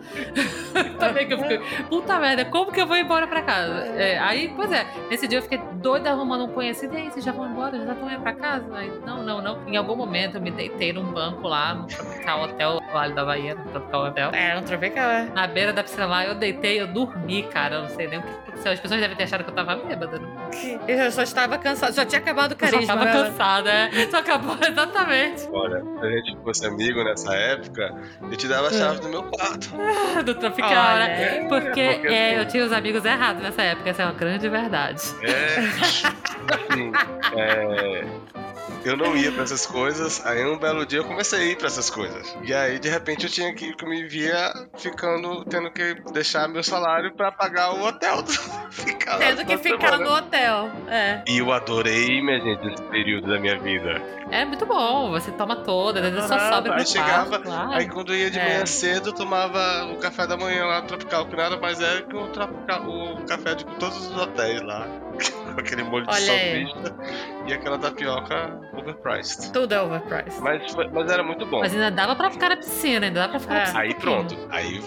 [SPEAKER 2] Também que eu fiquei, puta merda, como que eu vou embora pra casa? É, aí, pois é, nesse dia eu fiquei doida arrumando um conhecido, e aí, vocês já vão embora? Já estão indo pra casa? Aí, não, não, não. Em algum momento eu me deitei num banco lá no Tropical Hotel, Vale da Bahia, no Tropical Hotel.
[SPEAKER 3] É, não tropical, é.
[SPEAKER 2] Na beira da piscina lá, eu deitei, eu dormi, cara. Eu não sei nem o que aconteceu. As pessoas devem ter achado que eu tava bêbada. Né?
[SPEAKER 3] Eu só estava cansada. Já tinha acabado o
[SPEAKER 2] Eu
[SPEAKER 3] carisma.
[SPEAKER 2] só tava
[SPEAKER 3] né?
[SPEAKER 2] cansada, é. Só acabou, <laughs> exatamente.
[SPEAKER 1] Olha, se a gente fosse amigo nessa época, eu te dava a chave
[SPEAKER 2] É.
[SPEAKER 1] do meu quarto.
[SPEAKER 2] Do tropical,
[SPEAKER 3] Olha.
[SPEAKER 2] né? Porque,
[SPEAKER 1] Porque
[SPEAKER 2] é,
[SPEAKER 1] assim-
[SPEAKER 2] eu tinha os amigos errados nessa época. Essa é uma grande verdade.
[SPEAKER 1] É. Assim, é, Eu não ia pra essas coisas, aí um belo dia eu comecei a ir pra essas coisas. E aí, de repente, eu tinha que, que eu me via ficando, tendo que deixar meu salário pra pagar o hotel. Do... <laughs> ficar lá
[SPEAKER 3] Tendo que
[SPEAKER 1] toda
[SPEAKER 3] ficar
[SPEAKER 1] semana.
[SPEAKER 3] no hotel. É.
[SPEAKER 1] E eu adorei, minha gente, esse período da minha vida.
[SPEAKER 2] É muito bom, você toma toda, às vezes só
[SPEAKER 1] Aham,
[SPEAKER 2] sobe
[SPEAKER 1] aí
[SPEAKER 2] pro
[SPEAKER 1] Ah, tá, chegava,
[SPEAKER 2] quarto. Claro.
[SPEAKER 1] Aí quando eu ia de
[SPEAKER 3] É.
[SPEAKER 1] manhã cedo, eu tomava o café da manhã lá no Tropical, que nada mais era que o, tropical, o café de todos os hotéis lá. <laughs> Com aquele molho de
[SPEAKER 3] Olha aí.
[SPEAKER 1] salsicha e aquela tapioca overpriced.
[SPEAKER 3] Tudo é overpriced.
[SPEAKER 1] Mas, foi- mas era muito bom.
[SPEAKER 2] Mas ainda dava pra ficar na piscina, ainda dava pra ficar
[SPEAKER 3] É.
[SPEAKER 2] na piscina. um
[SPEAKER 1] Aí
[SPEAKER 2] pouquinho.
[SPEAKER 1] pronto. Aí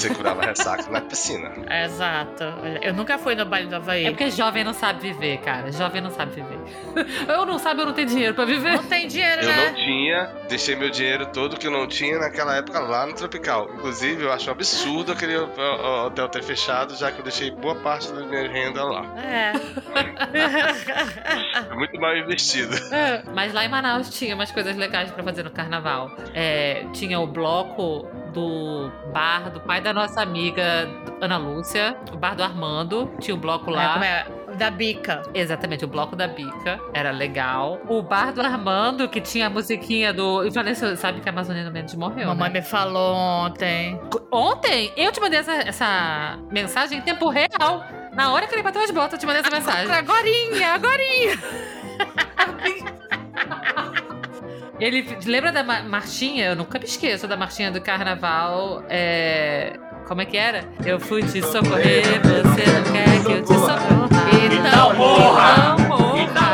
[SPEAKER 1] você curava ressaca na piscina.
[SPEAKER 3] Exato. Olha, Eu nunca fui no baile do Havaí.
[SPEAKER 2] É porque jovem não sabe viver, cara. Jovem não sabe viver. <laughs> eu não sabe, eu não tenho dinheiro pra viver.
[SPEAKER 3] Não tem
[SPEAKER 2] É.
[SPEAKER 3] dinheiro,
[SPEAKER 1] Eu
[SPEAKER 3] né?
[SPEAKER 1] não tinha, deixei meu dinheiro todo que eu não tinha naquela época lá no Tropical. Inclusive, eu acho um absurdo aquele ho- ho- hotel ter fechado, já que eu deixei boa parte da minha renda lá.
[SPEAKER 2] <laughs>
[SPEAKER 3] É.
[SPEAKER 2] Ah.
[SPEAKER 1] É muito mal investido.
[SPEAKER 3] É,
[SPEAKER 2] Mas lá em Manaus tinha umas coisas legais pra fazer no carnaval. É, tinha o bloco do bar do pai da nossa amiga Ana Lúcia, o bar do Armando, tinha o bloco
[SPEAKER 3] É, como
[SPEAKER 2] lá.
[SPEAKER 3] é? Da bica.
[SPEAKER 2] Exatamente, o bloco da bica era legal. O bar do Armando, que tinha a musiquinha do. E falei, você sabe que a Amazonina Mendes morreu.
[SPEAKER 3] Mamãe
[SPEAKER 2] né?
[SPEAKER 3] me falou ontem.
[SPEAKER 2] Ontem eu te mandei essa, essa mensagem em tempo real. Na hora que ele bateu as botas, eu te mandei essa mensagem.
[SPEAKER 3] Agorinha, agorinha.
[SPEAKER 2] <laughs> Ele lembra da ma- marchinha? Eu nunca me esqueço da marchinha do carnaval. É... Como é que era? Eu fui te socorrer, você não quer que eu te socorra.
[SPEAKER 3] Então morra!
[SPEAKER 2] Então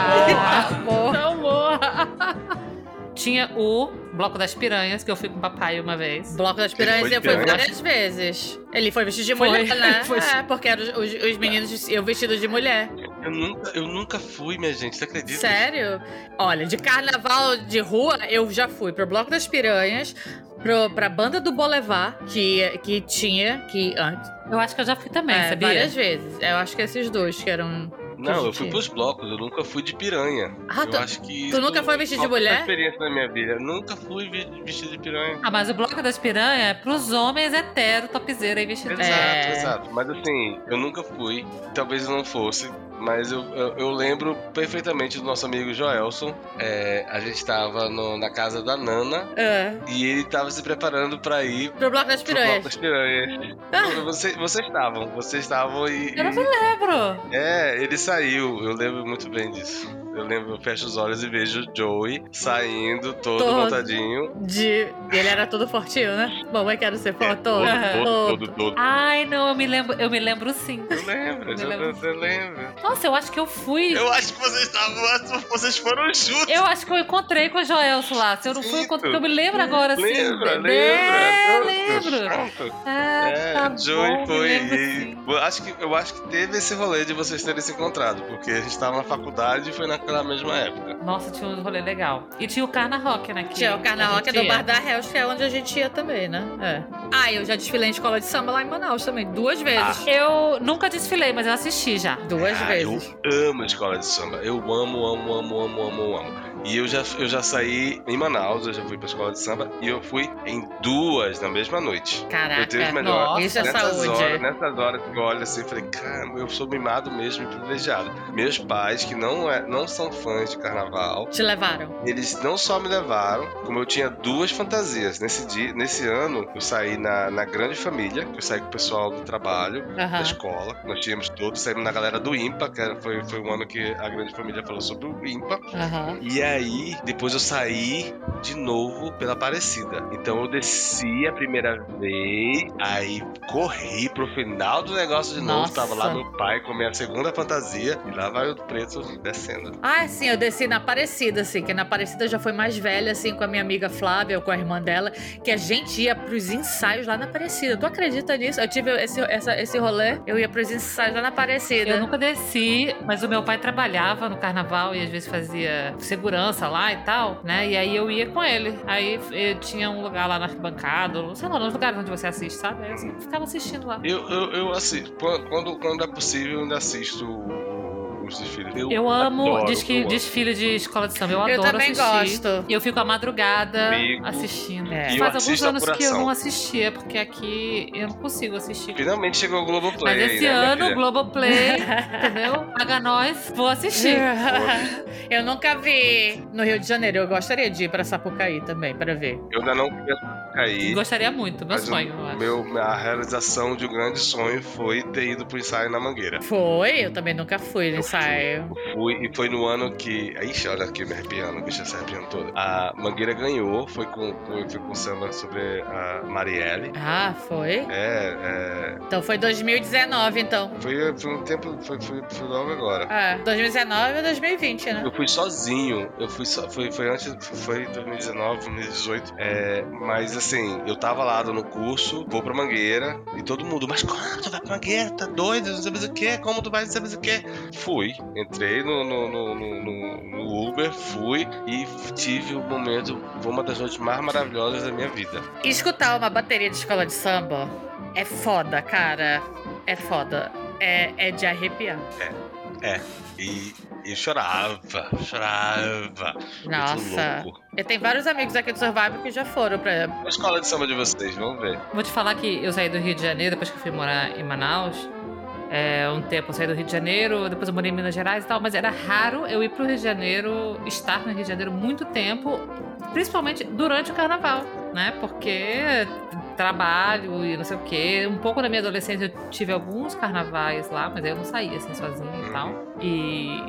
[SPEAKER 2] morra!
[SPEAKER 3] Amor.
[SPEAKER 2] Então morra! <laughs> Tinha o Bloco das Piranhas, que eu fui com o papai uma vez.
[SPEAKER 3] Bloco das
[SPEAKER 1] Ele
[SPEAKER 3] Piranhas
[SPEAKER 1] foi
[SPEAKER 3] eu fui
[SPEAKER 1] piranha?
[SPEAKER 3] várias vezes. Ele foi vestido de
[SPEAKER 2] Foi.
[SPEAKER 3] mulher, né?
[SPEAKER 2] <laughs> Foi.
[SPEAKER 3] É, porque eram os, os- os meninos, de- eu vestido de mulher.
[SPEAKER 1] Eu nunca, eu nunca fui, minha gente, você acredita?
[SPEAKER 3] Sério? Olha, de carnaval de rua, eu já fui pro Bloco das Piranhas, pro, pra Banda do Bolevar, que, que tinha, que antes,
[SPEAKER 2] Eu acho que eu já fui também,
[SPEAKER 3] é,
[SPEAKER 2] sabia?
[SPEAKER 3] várias vezes. Eu acho que esses dois que eram...
[SPEAKER 1] Não, eu
[SPEAKER 3] Gente.
[SPEAKER 1] fui pros blocos, eu nunca fui de piranha.
[SPEAKER 3] Ah,
[SPEAKER 1] eu
[SPEAKER 3] tu-
[SPEAKER 1] acho que
[SPEAKER 3] tu
[SPEAKER 1] isso
[SPEAKER 3] nunca foi vestido de
[SPEAKER 1] falta
[SPEAKER 3] mulher?
[SPEAKER 1] experiência na minha vida. Nunca fui vi- vestido de piranha.
[SPEAKER 2] Ah, mas o Bloco das Piranhas é pros homens hetero, topzeira e vestido.
[SPEAKER 1] Exato,
[SPEAKER 3] É.
[SPEAKER 1] exato. Mas assim, eu nunca fui, talvez eu não fosse, mas eu, eu, eu lembro perfeitamente do nosso amigo Joelson. É, a gente tava no- na casa da Nana
[SPEAKER 3] É.
[SPEAKER 1] e ele tava se preparando pra ir
[SPEAKER 3] Pro Bloco das
[SPEAKER 1] pro bloco
[SPEAKER 3] Piranhas.
[SPEAKER 1] das piranhas.
[SPEAKER 3] Ah.
[SPEAKER 1] Você- vocês estavam, vocês estavam e.
[SPEAKER 2] Eu não me
[SPEAKER 1] e-
[SPEAKER 2] lembro.
[SPEAKER 1] É, ele saiu, eu lembro muito bem disso. Eu lembro, eu fecho os olhos e vejo o Joey saindo todo,
[SPEAKER 3] Todo.
[SPEAKER 1] montadinho.
[SPEAKER 3] De... Ele era todo fortinho, né? Mamãe, quero ser
[SPEAKER 1] É, todo,
[SPEAKER 3] fortona.
[SPEAKER 1] todo, todo, todo.
[SPEAKER 2] Ai, não, eu me lembro, eu me lembro sim.
[SPEAKER 1] Eu lembro,
[SPEAKER 2] Me
[SPEAKER 1] eu
[SPEAKER 2] lembro.
[SPEAKER 1] lembro. Eu lembro.
[SPEAKER 2] Nossa, eu acho que eu fui.
[SPEAKER 1] Eu acho que vocês estavam. acho que Vocês foram juntos.
[SPEAKER 2] Eu acho que eu encontrei com o Joelso lá. Se eu não fui, eu
[SPEAKER 1] Isso.
[SPEAKER 2] encontrei. Eu me lembro agora, assim.
[SPEAKER 1] Lembra,
[SPEAKER 2] Né?
[SPEAKER 1] lembra.
[SPEAKER 2] É,
[SPEAKER 1] Pronto,
[SPEAKER 2] lembro.
[SPEAKER 1] pronto.
[SPEAKER 2] Ah,
[SPEAKER 1] É,
[SPEAKER 2] tá
[SPEAKER 1] Joey
[SPEAKER 2] bom,
[SPEAKER 1] foi.
[SPEAKER 2] Me lembro,
[SPEAKER 1] e-
[SPEAKER 2] sim.
[SPEAKER 1] eu acho, que, eu acho que teve esse rolê de vocês terem se encontrado, porque a gente tava na faculdade e foi naquela mesma época.
[SPEAKER 2] Nossa, tinha um rolê legal. E tinha o Carna Rock, né? que
[SPEAKER 3] Tinha o
[SPEAKER 2] a
[SPEAKER 3] carnaval
[SPEAKER 2] gente
[SPEAKER 3] que é do
[SPEAKER 2] ia.
[SPEAKER 3] Bar da Hells, que é onde a gente ia também, né? É. Ah, eu já desfilei em escola de samba lá em Manaus também, duas vezes.
[SPEAKER 2] Eu nunca desfilei, mas eu assisti já.
[SPEAKER 3] Duas
[SPEAKER 1] Ah, eu
[SPEAKER 3] vezes.
[SPEAKER 1] amo escola de samba. Eu amo, amo, amo, amo, amo, amo. E eu já, eu já saí em Manaus, eu já fui pra escola de samba e eu fui em duas na mesma noite. Meu Deus,
[SPEAKER 3] Caraca.
[SPEAKER 1] melhor.
[SPEAKER 2] nossa.
[SPEAKER 3] Isso é
[SPEAKER 1] nessas
[SPEAKER 3] saúde.
[SPEAKER 1] Horas, nessas horas que eu olho assim, eu falei, caramba, eu sou mimado mesmo e privilegiado. Meus pais, que não, é, não são fãs de carnaval,
[SPEAKER 3] Te levaram.
[SPEAKER 1] eles não só me levaram, como eu tinha duas fantasias. Nesse, dia, nesse ano, eu saí na, na grande família, que eu saí com o pessoal do trabalho, da
[SPEAKER 3] Aham.
[SPEAKER 1] escola. Nós tínhamos todos, saímos na galera do IMPA, que era- foi, foi um ano que a grande família falou sobre o IMPA.
[SPEAKER 3] Aham.
[SPEAKER 1] E aí, depois eu saí de novo pela Aparecida. Então eu desci a primeira vez, aí corri pro final do negócio de novo.
[SPEAKER 2] Nossa.
[SPEAKER 1] Tava lá meu pai com a minha segunda fantasia. E lá vai o preto descendo.
[SPEAKER 3] Ah, sim, eu desci na Aparecida, assim, que na Aparecida eu já foi mais velha, assim, com a minha amiga Flávia, ou com a irmã dela, que a gente ia pros ensaios lá na Aparecida. Tu acredita nisso? Eu tive esse, essa- esse rolê, eu ia pros ensaios lá na Aparecida.
[SPEAKER 1] né?
[SPEAKER 2] Eu nunca desci, mas o meu pai trabalhava no carnaval e às vezes fazia segurança lá e tal, né? E aí eu ia com ele. Aí eu tinha um lugar lá na arquibancada, ou sei lá, nos lugares onde você assiste, sabe? Aí eu sempre ficava assistindo lá.
[SPEAKER 1] Eu, eu, eu assisto. Quando, quando- quando é possível, eu ainda assisto o- os desfiles.
[SPEAKER 2] Eu amo
[SPEAKER 1] adoro,
[SPEAKER 2] diz que-
[SPEAKER 1] eu amo.
[SPEAKER 2] desfile de escola de samba. Eu,
[SPEAKER 3] Eu
[SPEAKER 2] adoro
[SPEAKER 3] também
[SPEAKER 2] assistir.
[SPEAKER 3] gosto.
[SPEAKER 2] E eu fico a madrugada
[SPEAKER 1] Comigo.
[SPEAKER 2] assistindo.
[SPEAKER 3] É.
[SPEAKER 1] E eu
[SPEAKER 2] Faz alguns
[SPEAKER 1] assisto a
[SPEAKER 2] anos que eu
[SPEAKER 1] apuração.
[SPEAKER 2] não assistia, porque aqui eu não consigo assistir.
[SPEAKER 1] Finalmente chegou o Globoplay.
[SPEAKER 2] Mas esse
[SPEAKER 1] né, minha
[SPEAKER 2] ano,
[SPEAKER 1] filha?
[SPEAKER 2] Globoplay, entendeu? Paga nós, vou assistir.
[SPEAKER 3] <laughs>
[SPEAKER 1] <laughs>
[SPEAKER 3] eu nunca vi. No Rio de Janeiro, eu gostaria de ir pra Sapucaí também, pra ver.
[SPEAKER 1] Eu ainda não quero cair.
[SPEAKER 2] Gostaria muito, meu
[SPEAKER 1] Mas
[SPEAKER 2] sonho, eu
[SPEAKER 1] o
[SPEAKER 2] acho.
[SPEAKER 1] meu, a realização de um grande sonho foi ter ido pro ensaio na Mangueira.
[SPEAKER 3] Foi? Eu também nunca fui no
[SPEAKER 1] Eu fui.
[SPEAKER 3] ensaio.
[SPEAKER 1] Eu Fui, e foi no ano que. Ixi, olha aqui, me arrepiando, bicha se arrepiando toda. A Mangueira ganhou, foi com, foi, foi com samba sobre a Marielle.
[SPEAKER 3] Ah, foi?
[SPEAKER 1] É,
[SPEAKER 3] Então foi 2019, então.
[SPEAKER 1] é foi, foi um tempo, foi, foi, foi logo agora.
[SPEAKER 3] Ah, 2019 ou 2020, né?
[SPEAKER 1] Eu fui sozinho, eu fui só, foi, foi antes, foi 2019, 2018, é, mas assim, eu tava lá no curso, vou pra Mangueira, e todo mundo, mas como tu vai pra Mangueira, tá doido, não sabes o que, como tu vai, não sabes o que. Fui, entrei no, no, no, no- no- no Uber, fui, e tive um momento, uma das noites mais maravilhosas da minha vida.
[SPEAKER 3] Escutar uma bateria de escola de samba é foda, cara. É foda. É, é de arrepiar.
[SPEAKER 1] E eu chorava, chorava,
[SPEAKER 3] Nossa.
[SPEAKER 1] muito louco.
[SPEAKER 3] Eu tenho vários amigos aqui do Survivor que já foram pra.
[SPEAKER 1] A escola de samba de vocês, vamos ver.
[SPEAKER 2] Vou te falar que eu saí do Rio de Janeiro depois que eu fui morar em Manaus. É, um tempo eu saí do Rio de Janeiro, depois eu morei em Minas Gerais e tal, mas era raro eu ir pro Rio de Janeiro, estar no Rio de Janeiro muito tempo, principalmente durante o carnaval, né? Porque trabalho e não sei o quê. Um pouco na minha adolescência eu tive alguns carnavais lá, mas aí eu não saía assim sozinha e tal. E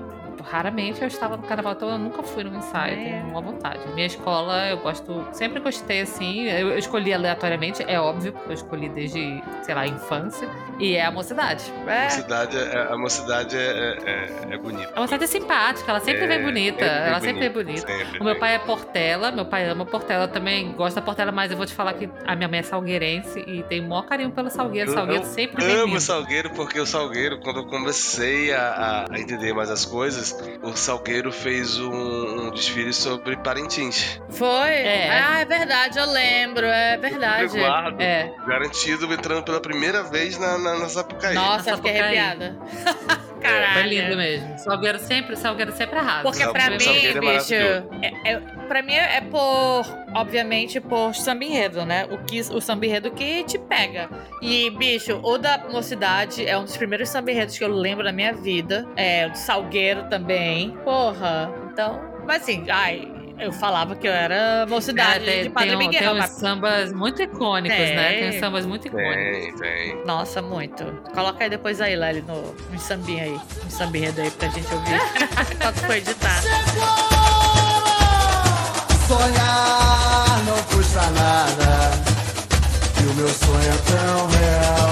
[SPEAKER 2] raramente eu estava no carnaval, então eu nunca fui num ensaio,
[SPEAKER 3] É.
[SPEAKER 2] tenho uma vontade. Minha escola, eu gosto, sempre gostei assim, eu, eu escolhi aleatoriamente, é óbvio, porque eu escolhi desde, sei lá, a infância, e é a mocidade.
[SPEAKER 1] A
[SPEAKER 3] É.
[SPEAKER 1] mocidade, é- a mocidade é- é- é- é bonita.
[SPEAKER 2] A mocidade é simpática, ela sempre
[SPEAKER 1] É,
[SPEAKER 2] vem bonita, ela sempre vem
[SPEAKER 1] bonito,
[SPEAKER 2] bonita.
[SPEAKER 1] sempre
[SPEAKER 2] O meu
[SPEAKER 1] vem.
[SPEAKER 2] pai é Portela, meu pai ama Portela também, gosta da Portela, mas eu vou te falar que a minha mãe é salgueirense e tem o maior carinho pelo Salgueiro.
[SPEAKER 1] Eu-
[SPEAKER 2] Salgueiro
[SPEAKER 1] eu
[SPEAKER 2] sempre vem
[SPEAKER 1] Amo o
[SPEAKER 2] lindo.
[SPEAKER 1] Salgueiro porque o Salgueiro, quando eu comecei a, a- a entender mais as coisas, o Salgueiro fez um, um desfile sobre Parintins.
[SPEAKER 3] Foi?
[SPEAKER 2] É.
[SPEAKER 3] Ah, é verdade, eu lembro. É verdade.
[SPEAKER 1] Eduardo,
[SPEAKER 2] É,
[SPEAKER 1] garantido, entrando pela primeira vez na, na, na Sapucaí.
[SPEAKER 3] Nossa,
[SPEAKER 2] Nossa,
[SPEAKER 3] eu fiquei
[SPEAKER 2] Sapucaí.
[SPEAKER 3] arrepiada.
[SPEAKER 2] foi
[SPEAKER 3] <laughs> Caralho.
[SPEAKER 2] é lindo mesmo. Salgueiro sempre, Salgueiro sempre arrasa.
[SPEAKER 3] Porque pra
[SPEAKER 1] Salgueiro,
[SPEAKER 3] mim,
[SPEAKER 1] Salgueiro é
[SPEAKER 3] bicho, é, é, pra mim é por, obviamente, por sambirredo, né? O, que, o sambirredo que te pega. E, bicho, o da mocidade é um dos primeiros sambirredos que eu lembro da minha vida. É, o do salgueiro também. Porra. Então, mas assim, ai, eu falava que eu era mocidade
[SPEAKER 2] tem,
[SPEAKER 3] de Padre
[SPEAKER 2] tem um-
[SPEAKER 3] Miguel.
[SPEAKER 2] tem uns
[SPEAKER 3] mas-
[SPEAKER 2] sambas muito icônicos,
[SPEAKER 3] Tem.
[SPEAKER 2] né? Tem uns sambas muito
[SPEAKER 1] Tem,
[SPEAKER 2] icônicos.
[SPEAKER 1] tem.
[SPEAKER 3] Nossa, muito. Coloca aí depois aí, Lely, no, no sambinha aí. Um sambirredo aí pra
[SPEAKER 2] <laughs>
[SPEAKER 3] gente ouvir. Quando for editar.
[SPEAKER 4] Sonhar não custa nada. E o meu sonho é tão real.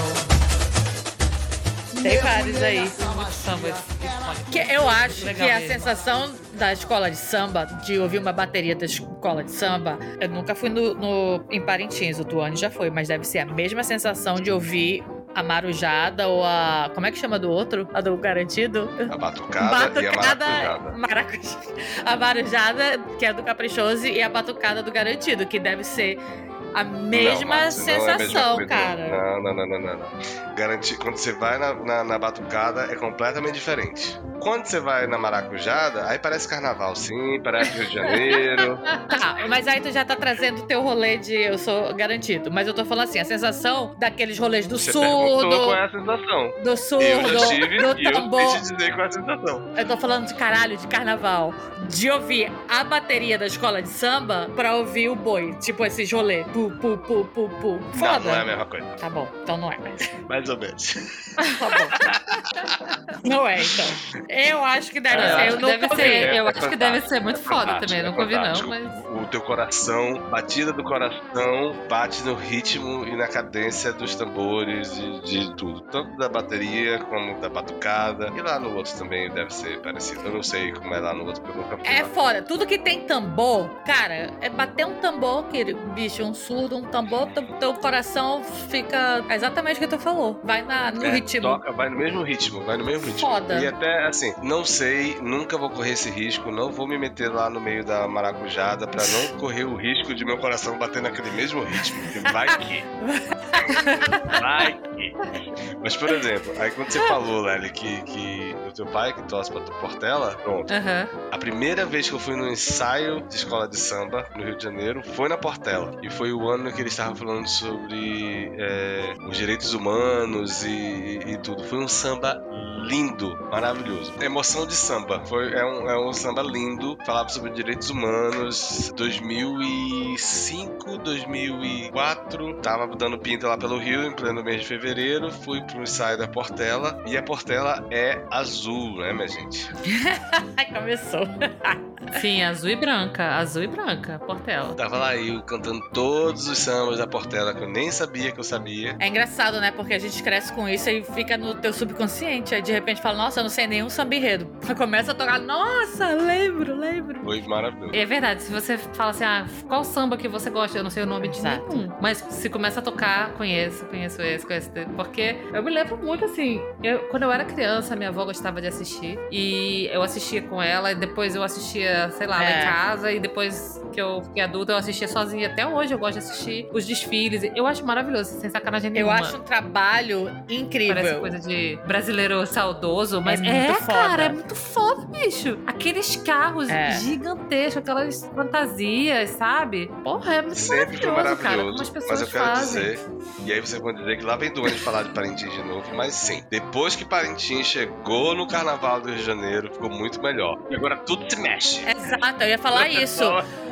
[SPEAKER 3] Tem vários aí.
[SPEAKER 2] Muitos sambas icônicos.
[SPEAKER 3] Que eu acho
[SPEAKER 2] Legal
[SPEAKER 3] que a
[SPEAKER 2] mesmo.
[SPEAKER 3] sensação da escola de samba, de ouvir uma bateria da escola de samba, eu nunca fui no, no- em Parintins, o Tuane já foi, mas deve ser a mesma sensação de ouvir a marujada ou a. Como é que chama do outro? A do garantido?
[SPEAKER 1] A batucada,
[SPEAKER 3] <laughs>
[SPEAKER 1] e a maracujada.
[SPEAKER 3] maracu- A marujada, que é do caprichoso, e a batucada do garantido, que deve ser a
[SPEAKER 1] Não,
[SPEAKER 3] mesma
[SPEAKER 1] Marcos, não é a mesma
[SPEAKER 3] sensação,
[SPEAKER 1] coisa.
[SPEAKER 3] cara.
[SPEAKER 1] Não, não, não, não, não. não. Garanti- quando você vai na, na, na batucada é completamente diferente. Quando você vai na maracujada, aí parece carnaval, sim, parece Rio de Janeiro.
[SPEAKER 3] Tá, mas aí tu já tá trazendo o teu rolê de eu sou garantido. Mas eu tô falando assim, a sensação daqueles rolês do
[SPEAKER 1] Você
[SPEAKER 3] surdo,
[SPEAKER 1] perguntou qual é a sensação.
[SPEAKER 3] do
[SPEAKER 1] eu
[SPEAKER 3] surdo, Tá
[SPEAKER 1] já tive e
[SPEAKER 3] do
[SPEAKER 1] eu
[SPEAKER 3] tambor.
[SPEAKER 1] quis te dizer qual é a sensação.
[SPEAKER 3] Eu tô falando de caralho, de carnaval. De ouvir a bateria da escola de samba pra ouvir o boi. Tipo esses rolês. Pu, pu, pu, pu, pu.
[SPEAKER 1] Não, não é a
[SPEAKER 3] Foda.
[SPEAKER 1] mesma coisa.
[SPEAKER 3] Tá bom, então não é.
[SPEAKER 1] Mais ou menos.
[SPEAKER 3] Tá bom. Não é, então. Eu acho que deve
[SPEAKER 1] É, eu
[SPEAKER 3] ser.
[SPEAKER 1] acho
[SPEAKER 3] Eu
[SPEAKER 2] que deve
[SPEAKER 3] nunca vi.
[SPEAKER 2] ser,
[SPEAKER 1] É,
[SPEAKER 2] eu
[SPEAKER 1] é
[SPEAKER 2] acho que deve
[SPEAKER 1] fantástico,
[SPEAKER 2] ser muito
[SPEAKER 1] é
[SPEAKER 2] foda
[SPEAKER 1] fantástico,
[SPEAKER 2] também,
[SPEAKER 1] é
[SPEAKER 2] nunca vi não,
[SPEAKER 1] fantástico.
[SPEAKER 2] mas...
[SPEAKER 1] O teu coração, batida do coração, bate no ritmo e na cadência dos tambores de, de tudo. Tanto da bateria como da batucada. E lá no outro também deve ser parecido. Eu não sei como é lá no outro, porque eu nunca fui
[SPEAKER 3] É
[SPEAKER 1] lá.
[SPEAKER 3] foda. Tudo que tem tambor, cara, é bater um tambor, querido, bicho, um surdo, um tambor, teu, teu coração fica exatamente o que tu falou. Vai na, no
[SPEAKER 1] É,
[SPEAKER 3] ritmo.
[SPEAKER 1] Toca, vai no mesmo ritmo, vai no mesmo ritmo.
[SPEAKER 3] Foda.
[SPEAKER 1] E até assim, não sei, nunca vou correr esse risco, não vou me meter lá no meio da maracujada pra não correr o risco de meu coração bater naquele mesmo ritmo. porque Vai que. Vai que. Mas, por exemplo, aí quando você falou, Lely, que, que o teu pai que torce pra tu Portela, pronto.
[SPEAKER 2] Aham.
[SPEAKER 1] A primeira vez que eu fui no ensaio de escola de samba no Rio de Janeiro foi na Portela. E foi o ano que eles estavam falando sobre é, os direitos humanos e, e- e tudo. Foi um samba lindo, maravilhoso. Emoção de samba. Foi, é, um, é um samba lindo. Falava sobre direitos humanos. 2005, 2004. Tava dando pinta lá pelo Rio em pleno mês de fevereiro. Fui pro ensaio da Portela. E a Portela é azul, né, minha gente?
[SPEAKER 3] Ai, começou.
[SPEAKER 2] Sim, azul e branca, azul e branca, Portela.
[SPEAKER 1] Tava lá eu cantando todos os sambas da Portela que eu nem sabia que eu sabia.
[SPEAKER 3] É engraçado, né? Porque a gente cresce com isso e fica no teu subconsciente. Aí de repente fala, nossa, eu não sei nenhum samba enredo. <laughs> Começa a tocar, nossa, lembro, lembro.
[SPEAKER 1] Foi maravilhoso.
[SPEAKER 2] É verdade, se você fala assim, ah, qual samba que você gosta? Eu não sei o nome
[SPEAKER 3] Exato.
[SPEAKER 2] de nenhum. Mas se começa a tocar, conheço, conheço esse, conheço esse. Porque eu me lembro muito assim. eu- quando eu era criança, minha avó gostava de assistir. E eu assistia com ela, e depois eu assistia, sei lá, lá em
[SPEAKER 3] É.
[SPEAKER 2] casa. E depois que eu fiquei adulta, eu assistia sozinha. Até hoje eu gosto de assistir os desfiles. Eu acho maravilhoso, sem sacanagem
[SPEAKER 3] Eu
[SPEAKER 2] nenhuma.
[SPEAKER 3] acho um trabalho incrível.
[SPEAKER 2] Parece coisa de brasileiro saudoso, mas
[SPEAKER 3] É
[SPEAKER 2] é,
[SPEAKER 3] muito foda.
[SPEAKER 2] cara, é muito foda, bicho. Aqueles carros
[SPEAKER 3] É.
[SPEAKER 2] gigantescos, aquelas fantasias, sabe? Porra, é muito
[SPEAKER 1] Sempre foi
[SPEAKER 2] maravilhoso, cara,
[SPEAKER 1] maravilhoso.
[SPEAKER 2] como as pessoas
[SPEAKER 1] mas eu quero
[SPEAKER 2] fazem.
[SPEAKER 1] dizer, e aí vocês vão dizer que lá vem doente falar de Parintins de novo, mas sim. Depois que Parintins chegou no Carnaval do Rio de Janeiro, ficou muito melhor. E agora tudo se mexe.
[SPEAKER 3] É, Exato, eu ia falar isso.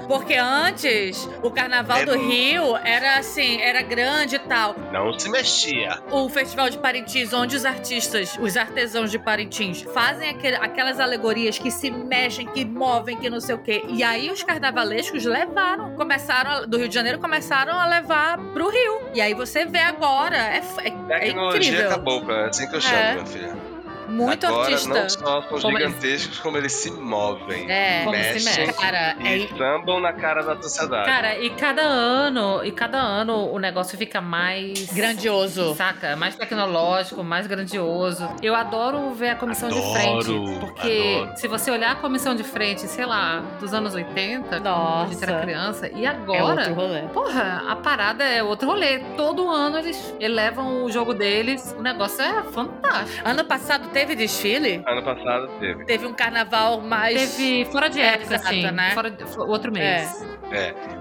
[SPEAKER 3] Porque antes, o carnaval
[SPEAKER 1] É
[SPEAKER 3] do
[SPEAKER 1] bom.
[SPEAKER 3] Rio era assim, era grande e tal.
[SPEAKER 1] Não se mexia.
[SPEAKER 3] O Festival de Parintins, onde os artistas, os artesãos de Parintins, fazem aquele- aquelas alegorias que se mexem, que movem, que não sei o quê. E aí os carnavalescos levaram, começaram, a- do Rio de Janeiro, começaram a levar pro Rio. E aí você vê agora, é, f- é- é
[SPEAKER 1] Tecnologia
[SPEAKER 3] incrível.
[SPEAKER 1] acabou, cara. É assim que eu chamo,
[SPEAKER 3] É.
[SPEAKER 1] minha filha.
[SPEAKER 3] Muito
[SPEAKER 1] agora
[SPEAKER 3] artista.
[SPEAKER 1] não só são
[SPEAKER 2] Como eles-
[SPEAKER 1] gigantescos, como eles se movem.
[SPEAKER 3] É,
[SPEAKER 2] Como se
[SPEAKER 1] mexem
[SPEAKER 2] mexe.
[SPEAKER 3] cara,
[SPEAKER 1] E
[SPEAKER 3] é...
[SPEAKER 1] sambam na cara da sociedade.
[SPEAKER 2] Cara, e cada ano, e cada ano o negócio fica mais
[SPEAKER 3] Grandioso.
[SPEAKER 2] Saca? Mais tecnológico, mais grandioso. Eu adoro ver a comissão de
[SPEAKER 1] Adoro,
[SPEAKER 2] frente. Porque
[SPEAKER 1] adoro.
[SPEAKER 2] se você olhar a comissão de frente, sei lá, dos anos 80, quando a gente
[SPEAKER 3] Nossa.
[SPEAKER 2] era criança, e
[SPEAKER 3] É
[SPEAKER 2] agora.
[SPEAKER 3] outro rolê.
[SPEAKER 2] Porra, a parada é outro rolê. Todo ano eles elevam o jogo deles. O negócio é fantástico.
[SPEAKER 3] Ano passado teve desfile?
[SPEAKER 1] Ano passado teve.
[SPEAKER 3] Teve um carnaval mais...
[SPEAKER 2] Teve fora de
[SPEAKER 3] É,
[SPEAKER 2] época,
[SPEAKER 3] exato,
[SPEAKER 2] assim.
[SPEAKER 3] né? É.
[SPEAKER 2] Fora de- fo- outro mês.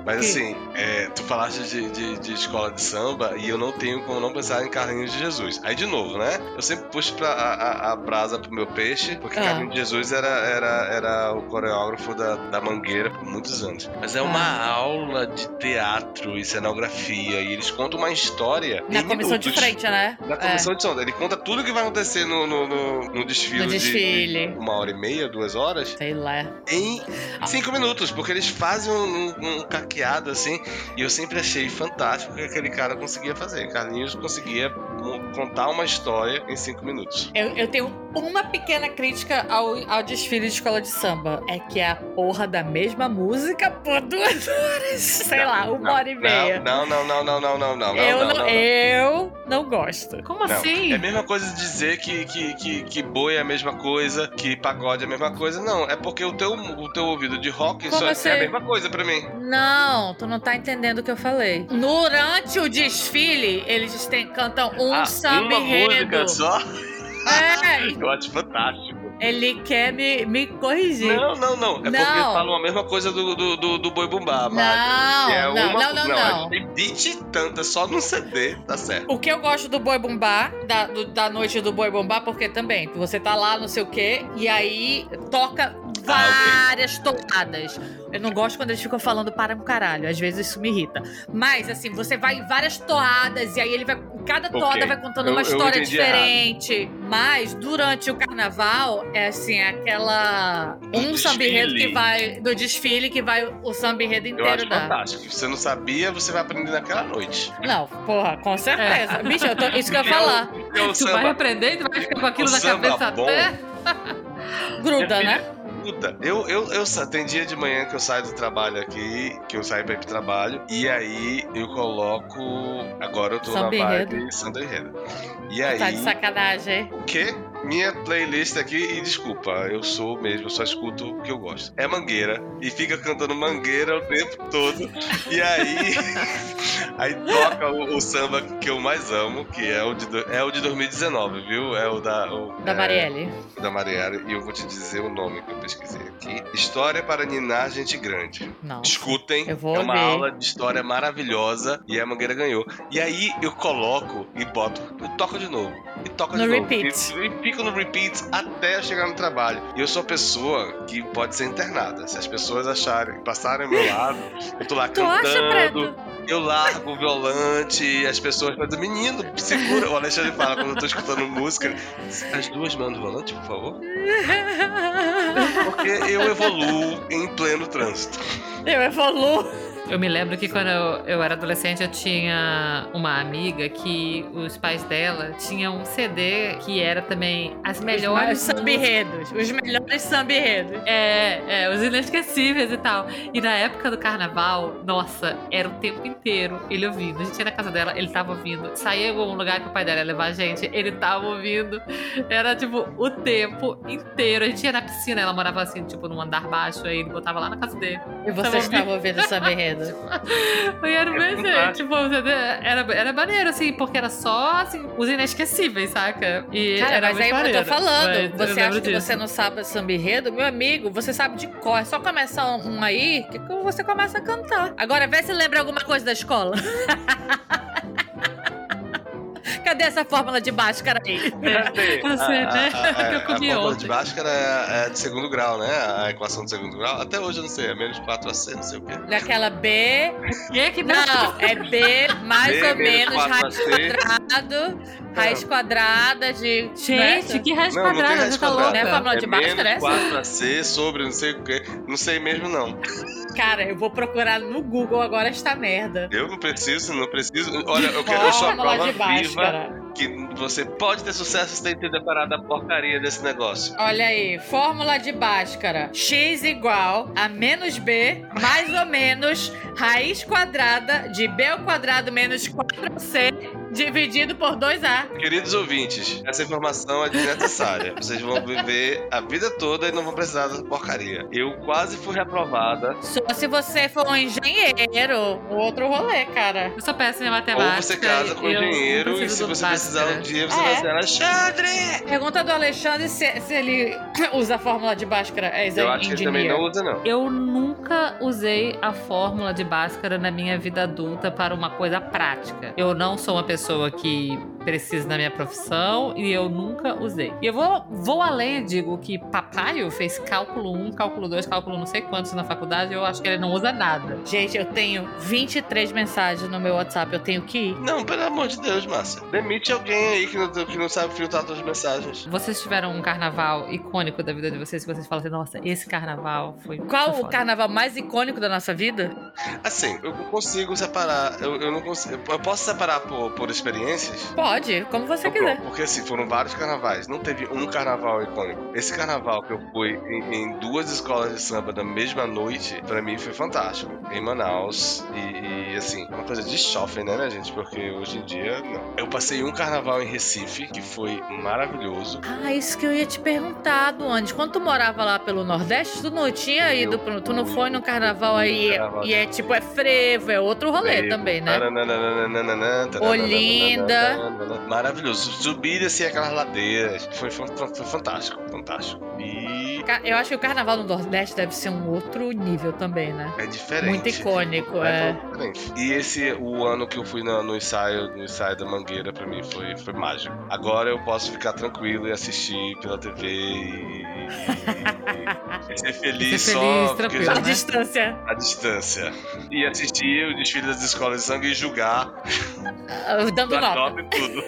[SPEAKER 1] Mas
[SPEAKER 3] Que-
[SPEAKER 1] assim, é, tu falaste de, de- de escola de samba e eu não tenho como não pensar em Carlinhos de Jesus. Aí de novo, né? Eu sempre puxo pra, a, a- a brasa pro meu peixe, porque
[SPEAKER 3] Ah.
[SPEAKER 1] Carlinhos de Jesus era, era, era o coreógrafo da, da Mangueira por muitos anos. Mas é uma
[SPEAKER 3] Ah.
[SPEAKER 1] aula de teatro e cenografia e eles contam uma história.
[SPEAKER 3] Na
[SPEAKER 1] em
[SPEAKER 3] comissão de
[SPEAKER 1] minutos.
[SPEAKER 3] frente, né?
[SPEAKER 1] Na comissão de som. Ele conta tudo que vai acontecer no, no, no- no
[SPEAKER 3] é.
[SPEAKER 1] desfile.
[SPEAKER 3] No
[SPEAKER 1] de-
[SPEAKER 3] desfile.
[SPEAKER 1] de uma hora e meia, duas horas
[SPEAKER 3] Sei lá.
[SPEAKER 1] em cinco minutos, porque eles fazem um, um- um caqueado assim, e eu sempre achei fantástico o que aquele cara conseguia fazer. Carlinhos conseguia mo- contar uma história em cinco minutos.
[SPEAKER 3] Eu, eu tenho uma pequena crítica ao, ao desfile de escola de samba. É que é a porra da mesma música por duas <laughs> horas. Sei lá, uma hora e meia.
[SPEAKER 1] Não, não, não, não, não, não, não, não,
[SPEAKER 3] eu,
[SPEAKER 1] não,
[SPEAKER 3] não,
[SPEAKER 1] não, não.
[SPEAKER 3] eu não gosto.
[SPEAKER 2] Como
[SPEAKER 1] Não.
[SPEAKER 2] assim?
[SPEAKER 1] É a mesma coisa dizer que, que, que, que boi é a mesma coisa, que pagode é a mesma coisa. Não, é porque o teu, o teu ouvido de rock
[SPEAKER 3] Como
[SPEAKER 1] só
[SPEAKER 3] assim?
[SPEAKER 1] é a mesma coisa pra mim.
[SPEAKER 3] Não, tu não tá entendendo o que eu falei. Durante o desfile, eles têm, cantam um
[SPEAKER 1] Ah,
[SPEAKER 3] samba
[SPEAKER 1] uma música
[SPEAKER 3] enredo.
[SPEAKER 1] só?
[SPEAKER 3] É,
[SPEAKER 1] Eu acho fantástico.
[SPEAKER 3] ele quer me, me corrigir.
[SPEAKER 1] Não, não, não. É porque
[SPEAKER 3] Não.
[SPEAKER 1] falam a mesma coisa do, do, do, do boi bumbá, mas...
[SPEAKER 3] não,
[SPEAKER 1] é
[SPEAKER 3] não,
[SPEAKER 1] uma,
[SPEAKER 3] não, não,
[SPEAKER 1] não.
[SPEAKER 3] não.
[SPEAKER 1] Tem 20 tantas só no CD, tá certo.
[SPEAKER 3] O que eu gosto do Boi Bumbá, da, do- da noite do Boi Bumbá, porque também você tá lá, não sei o quê, e aí toca várias touradas. Eu não gosto quando eles ficam falando para um caralho. Às vezes isso me irrita. Mas, assim, você vai em várias toadas e aí ele vai. Cada toada
[SPEAKER 1] Ok.
[SPEAKER 3] vai contando
[SPEAKER 1] Eu-
[SPEAKER 3] uma
[SPEAKER 1] eu
[SPEAKER 3] história
[SPEAKER 1] entendi
[SPEAKER 3] diferente. Mas durante o carnaval, é assim, aquela. Um
[SPEAKER 1] desfile.
[SPEAKER 3] samba enredo que vai. Do desfile que vai o samba enredo
[SPEAKER 1] Eu acho
[SPEAKER 3] inteiro dar.
[SPEAKER 1] fantástico. Se você não sabia, você vai aprender naquela noite.
[SPEAKER 3] Não, porra, com certeza. Bicho, eu tô- isso que eu ia falar.
[SPEAKER 1] É
[SPEAKER 3] <laughs>
[SPEAKER 1] o
[SPEAKER 2] Tu vai
[SPEAKER 1] samba
[SPEAKER 2] aprender e tu vai ficar com aquilo
[SPEAKER 1] O
[SPEAKER 2] na
[SPEAKER 1] samba
[SPEAKER 2] cabeça
[SPEAKER 1] bom.
[SPEAKER 2] até.
[SPEAKER 3] Gruda,
[SPEAKER 1] Minha
[SPEAKER 3] né?
[SPEAKER 1] filha, Puta, eu, eu, eu sa- tem dia de manhã que eu saio do trabalho aqui, que eu saio pra ir pro trabalho, e aí eu coloco. Agora eu tô
[SPEAKER 3] Samba
[SPEAKER 1] na
[SPEAKER 3] enredo.
[SPEAKER 1] vibe Sandra Enredo. E aí,
[SPEAKER 3] Tá de sacanagem, hein?
[SPEAKER 1] o que? Minha playlist aqui, e desculpa, eu sou mesmo, eu só escuto o que eu gosto. É mangueira, e fica cantando mangueira o tempo todo. E aí, <laughs> aí toca o, o samba que eu mais amo, que é o de, do- é o de 2019, viu? É o da. o-
[SPEAKER 3] Da
[SPEAKER 1] é,
[SPEAKER 3] Marielle.
[SPEAKER 1] da Mariara e eu vou te dizer o nome que eu pesquisei aqui. História para Ninar Gente Grande.
[SPEAKER 3] Não.
[SPEAKER 1] Escutem,
[SPEAKER 3] Eu vou
[SPEAKER 1] é uma
[SPEAKER 3] ver.
[SPEAKER 1] aula de história maravilhosa e a Mangueira ganhou. E aí eu coloco e boto, e toco de novo, e toco
[SPEAKER 3] No
[SPEAKER 1] de
[SPEAKER 3] repeat.
[SPEAKER 1] novo. E, e fico no repeat até eu chegar no trabalho. E eu sou a pessoa que pode ser internada. Se as pessoas acharem, passarem ao meu lado, eu tô lá
[SPEAKER 3] Tu acha,
[SPEAKER 1] cantando,
[SPEAKER 3] Preto?
[SPEAKER 1] eu largo o violante, as pessoas falam, assim, menino, segura. O Alexandre fala quando eu tô escutando música. As duas mãos no volante, por
[SPEAKER 3] <laughs>
[SPEAKER 1] favor. Porque eu evoluo em pleno trânsito.
[SPEAKER 3] <laughs> Eu evoluo.
[SPEAKER 2] Eu me lembro que quando eu, eu era adolescente, eu tinha uma amiga que os pais dela tinham um CD que era também as melhores
[SPEAKER 3] Os samba-enredos. Os melhores samba-enredos.
[SPEAKER 2] É, é, os inesquecíveis e tal. E na época do carnaval, nossa, era o tempo inteiro ele ouvindo. A gente ia na casa dela, ele tava ouvindo. Saía em algum lugar que o pai dela ia levar a gente, ele tava ouvindo. Era, tipo, o tempo inteiro. A gente ia na piscina, ela morava assim, tipo, num andar baixo, aí ele botava lá na casa dele.
[SPEAKER 3] E vocês estavam ouvindo samba-enredo.
[SPEAKER 2] E era o
[SPEAKER 1] É
[SPEAKER 2] mesmo,
[SPEAKER 1] fantástico.
[SPEAKER 2] tipo, era, era maneiro, assim, porque era só, assim, os inesquecíveis, saca? E
[SPEAKER 3] <laughs> Cara,
[SPEAKER 2] era
[SPEAKER 3] mas é
[SPEAKER 2] muito
[SPEAKER 3] aí eu
[SPEAKER 2] maneiro.
[SPEAKER 3] tô falando.
[SPEAKER 2] Mas eu
[SPEAKER 3] Você
[SPEAKER 2] lembro
[SPEAKER 3] acha que
[SPEAKER 2] disso.
[SPEAKER 3] você não sabe samba-enredo? Meu amigo, você sabe de cor. É só começar um aí que você começa a cantar. Agora, vê se lembra alguma coisa da escola. <laughs> Cadê essa fórmula de máscara aí?
[SPEAKER 1] Cadê?
[SPEAKER 2] eu sei,
[SPEAKER 1] A-
[SPEAKER 2] né?
[SPEAKER 1] A, a,
[SPEAKER 2] Que eu
[SPEAKER 1] ah, é, a
[SPEAKER 2] comi
[SPEAKER 1] fórmula
[SPEAKER 2] ontem.
[SPEAKER 1] de Bhaskara é é de segundo grau, né? A equação de segundo grau. Até hoje eu não sei, é menos 4AC, não sei o quê.
[SPEAKER 3] Naquela B.
[SPEAKER 2] Que que
[SPEAKER 3] Não, é B mais
[SPEAKER 1] B
[SPEAKER 3] ou menos raiz
[SPEAKER 1] 4AC.
[SPEAKER 3] quadrado.
[SPEAKER 1] É.
[SPEAKER 3] Raiz quadrada de.
[SPEAKER 2] Gente, que raiz
[SPEAKER 1] Não, não tem
[SPEAKER 2] quadrada,
[SPEAKER 1] raiz
[SPEAKER 2] você tá
[SPEAKER 1] quadrada.
[SPEAKER 2] louca?
[SPEAKER 3] Né, Fórmula de Bhaskara, é
[SPEAKER 1] menos
[SPEAKER 3] essa?
[SPEAKER 1] 4AC sobre não sei o quê. Não sei mesmo, não.
[SPEAKER 3] Cara, eu vou procurar no Google agora esta merda.
[SPEAKER 1] Eu não preciso, não preciso. Olha, eu quero eu sou a
[SPEAKER 3] Fórmula
[SPEAKER 1] prova viva
[SPEAKER 3] Bhaskara.
[SPEAKER 1] que você pode ter sucesso sem ter deparado a porcaria desse negócio.
[SPEAKER 3] Olha aí, fórmula de Bhaskara. X igual a menos B, mais ou menos raiz quadrada de B ao quadrado menos 4C dividido por 2A.
[SPEAKER 1] Queridos ouvintes, essa informação é desnecessária. Vocês vão viver a vida toda e não vão precisar dessa porcaria. Eu quase fui reprovada.
[SPEAKER 3] Só se você for um engenheiro, outro rolê, cara.
[SPEAKER 2] Eu sou péssima em matemática.
[SPEAKER 1] Ou você casa com o
[SPEAKER 2] eu não
[SPEAKER 1] engenheiro e
[SPEAKER 2] preciso
[SPEAKER 1] se
[SPEAKER 2] do né?
[SPEAKER 1] você
[SPEAKER 2] Bhaskara.
[SPEAKER 1] precisar um dia, você
[SPEAKER 3] É.
[SPEAKER 1] vai dizer, Alexandre!
[SPEAKER 3] Pergunta do Alexandre se, se ele <coughs> usa a fórmula de Bhaskara. É,
[SPEAKER 1] Eu acho que ele também não usa, não.
[SPEAKER 2] Eu nunca usei a fórmula de Bhaskara na minha vida adulta para uma coisa prática. Eu não sou uma pessoa que precisa da minha profissão e eu nunca usei. E eu vou, vou além e digo que papaio fez cálculo 1, cálculo 2, cálculo não sei quantos na faculdade, eu acho que ele não usa nada.
[SPEAKER 3] Gente, eu tenho 23 mensagens no meu WhatsApp, eu tenho que ir.
[SPEAKER 1] Não, pelo amor de Deus, Márcia. Demite alguém aí que não, que não sabe filtrar suas mensagens.
[SPEAKER 2] Vocês tiveram um carnaval icônico da vida de vocês, que vocês falam assim, nossa, esse carnaval foi
[SPEAKER 3] Qual
[SPEAKER 2] foi
[SPEAKER 1] é
[SPEAKER 3] o
[SPEAKER 2] foda."
[SPEAKER 3] carnaval mais icônico da nossa vida?
[SPEAKER 1] Assim, eu consigo separar. Eu, eu não consigo. Eu posso separar por, por experiências?
[SPEAKER 3] Pode, como você
[SPEAKER 1] Então,
[SPEAKER 3] quiser.
[SPEAKER 1] pronto, Porque assim, foram vários carnavais. Não teve um carnaval icônico. Esse carnaval que eu fui em, em duas escolas de samba na mesma noite, pra mim foi fantástico. Em Manaus. E, e, assim, é uma coisa de shopping, né, né, gente? Porque hoje em dia, não. Eu passei um carnaval em Recife, que foi maravilhoso.
[SPEAKER 3] Ah, isso que eu ia te perguntar, Duane. Quando tu morava lá pelo Nordeste, tu não tinha
[SPEAKER 1] Eu
[SPEAKER 3] ido pro. Tu não
[SPEAKER 1] fui
[SPEAKER 3] foi no carnaval
[SPEAKER 1] no
[SPEAKER 3] aí.
[SPEAKER 1] carnaval.
[SPEAKER 3] E é tipo, é frevo, é outro rolê
[SPEAKER 1] Frevo,
[SPEAKER 3] também, né?
[SPEAKER 1] Tarananananananã, tarananananananã,
[SPEAKER 3] Olinda.
[SPEAKER 1] Né? Maravilhoso. Subir assim aquelas ladeiras. Foi, fan- fan- foi fantástico, fantástico. E
[SPEAKER 3] Ca- Eu acho que o carnaval no Nordeste deve ser um outro nível também, né?
[SPEAKER 1] é diferente.
[SPEAKER 3] Muito icônico, é.
[SPEAKER 1] Exatamente. E esse, o ano que eu fui na- no ensaio, no ensaio da Mangueira, pra mim foi, foi mágico. Agora eu posso ficar tranquilo e assistir pela TV e, e- e ser feliz
[SPEAKER 2] Ser feliz,
[SPEAKER 1] só porque
[SPEAKER 2] tranquilo,
[SPEAKER 1] já- tá
[SPEAKER 3] A
[SPEAKER 2] né?
[SPEAKER 3] distância.
[SPEAKER 1] à distância. E assistir o desfile das escolas de sangue e julgar
[SPEAKER 3] ah, Dando
[SPEAKER 1] pra
[SPEAKER 3] nota.
[SPEAKER 1] top e tudo.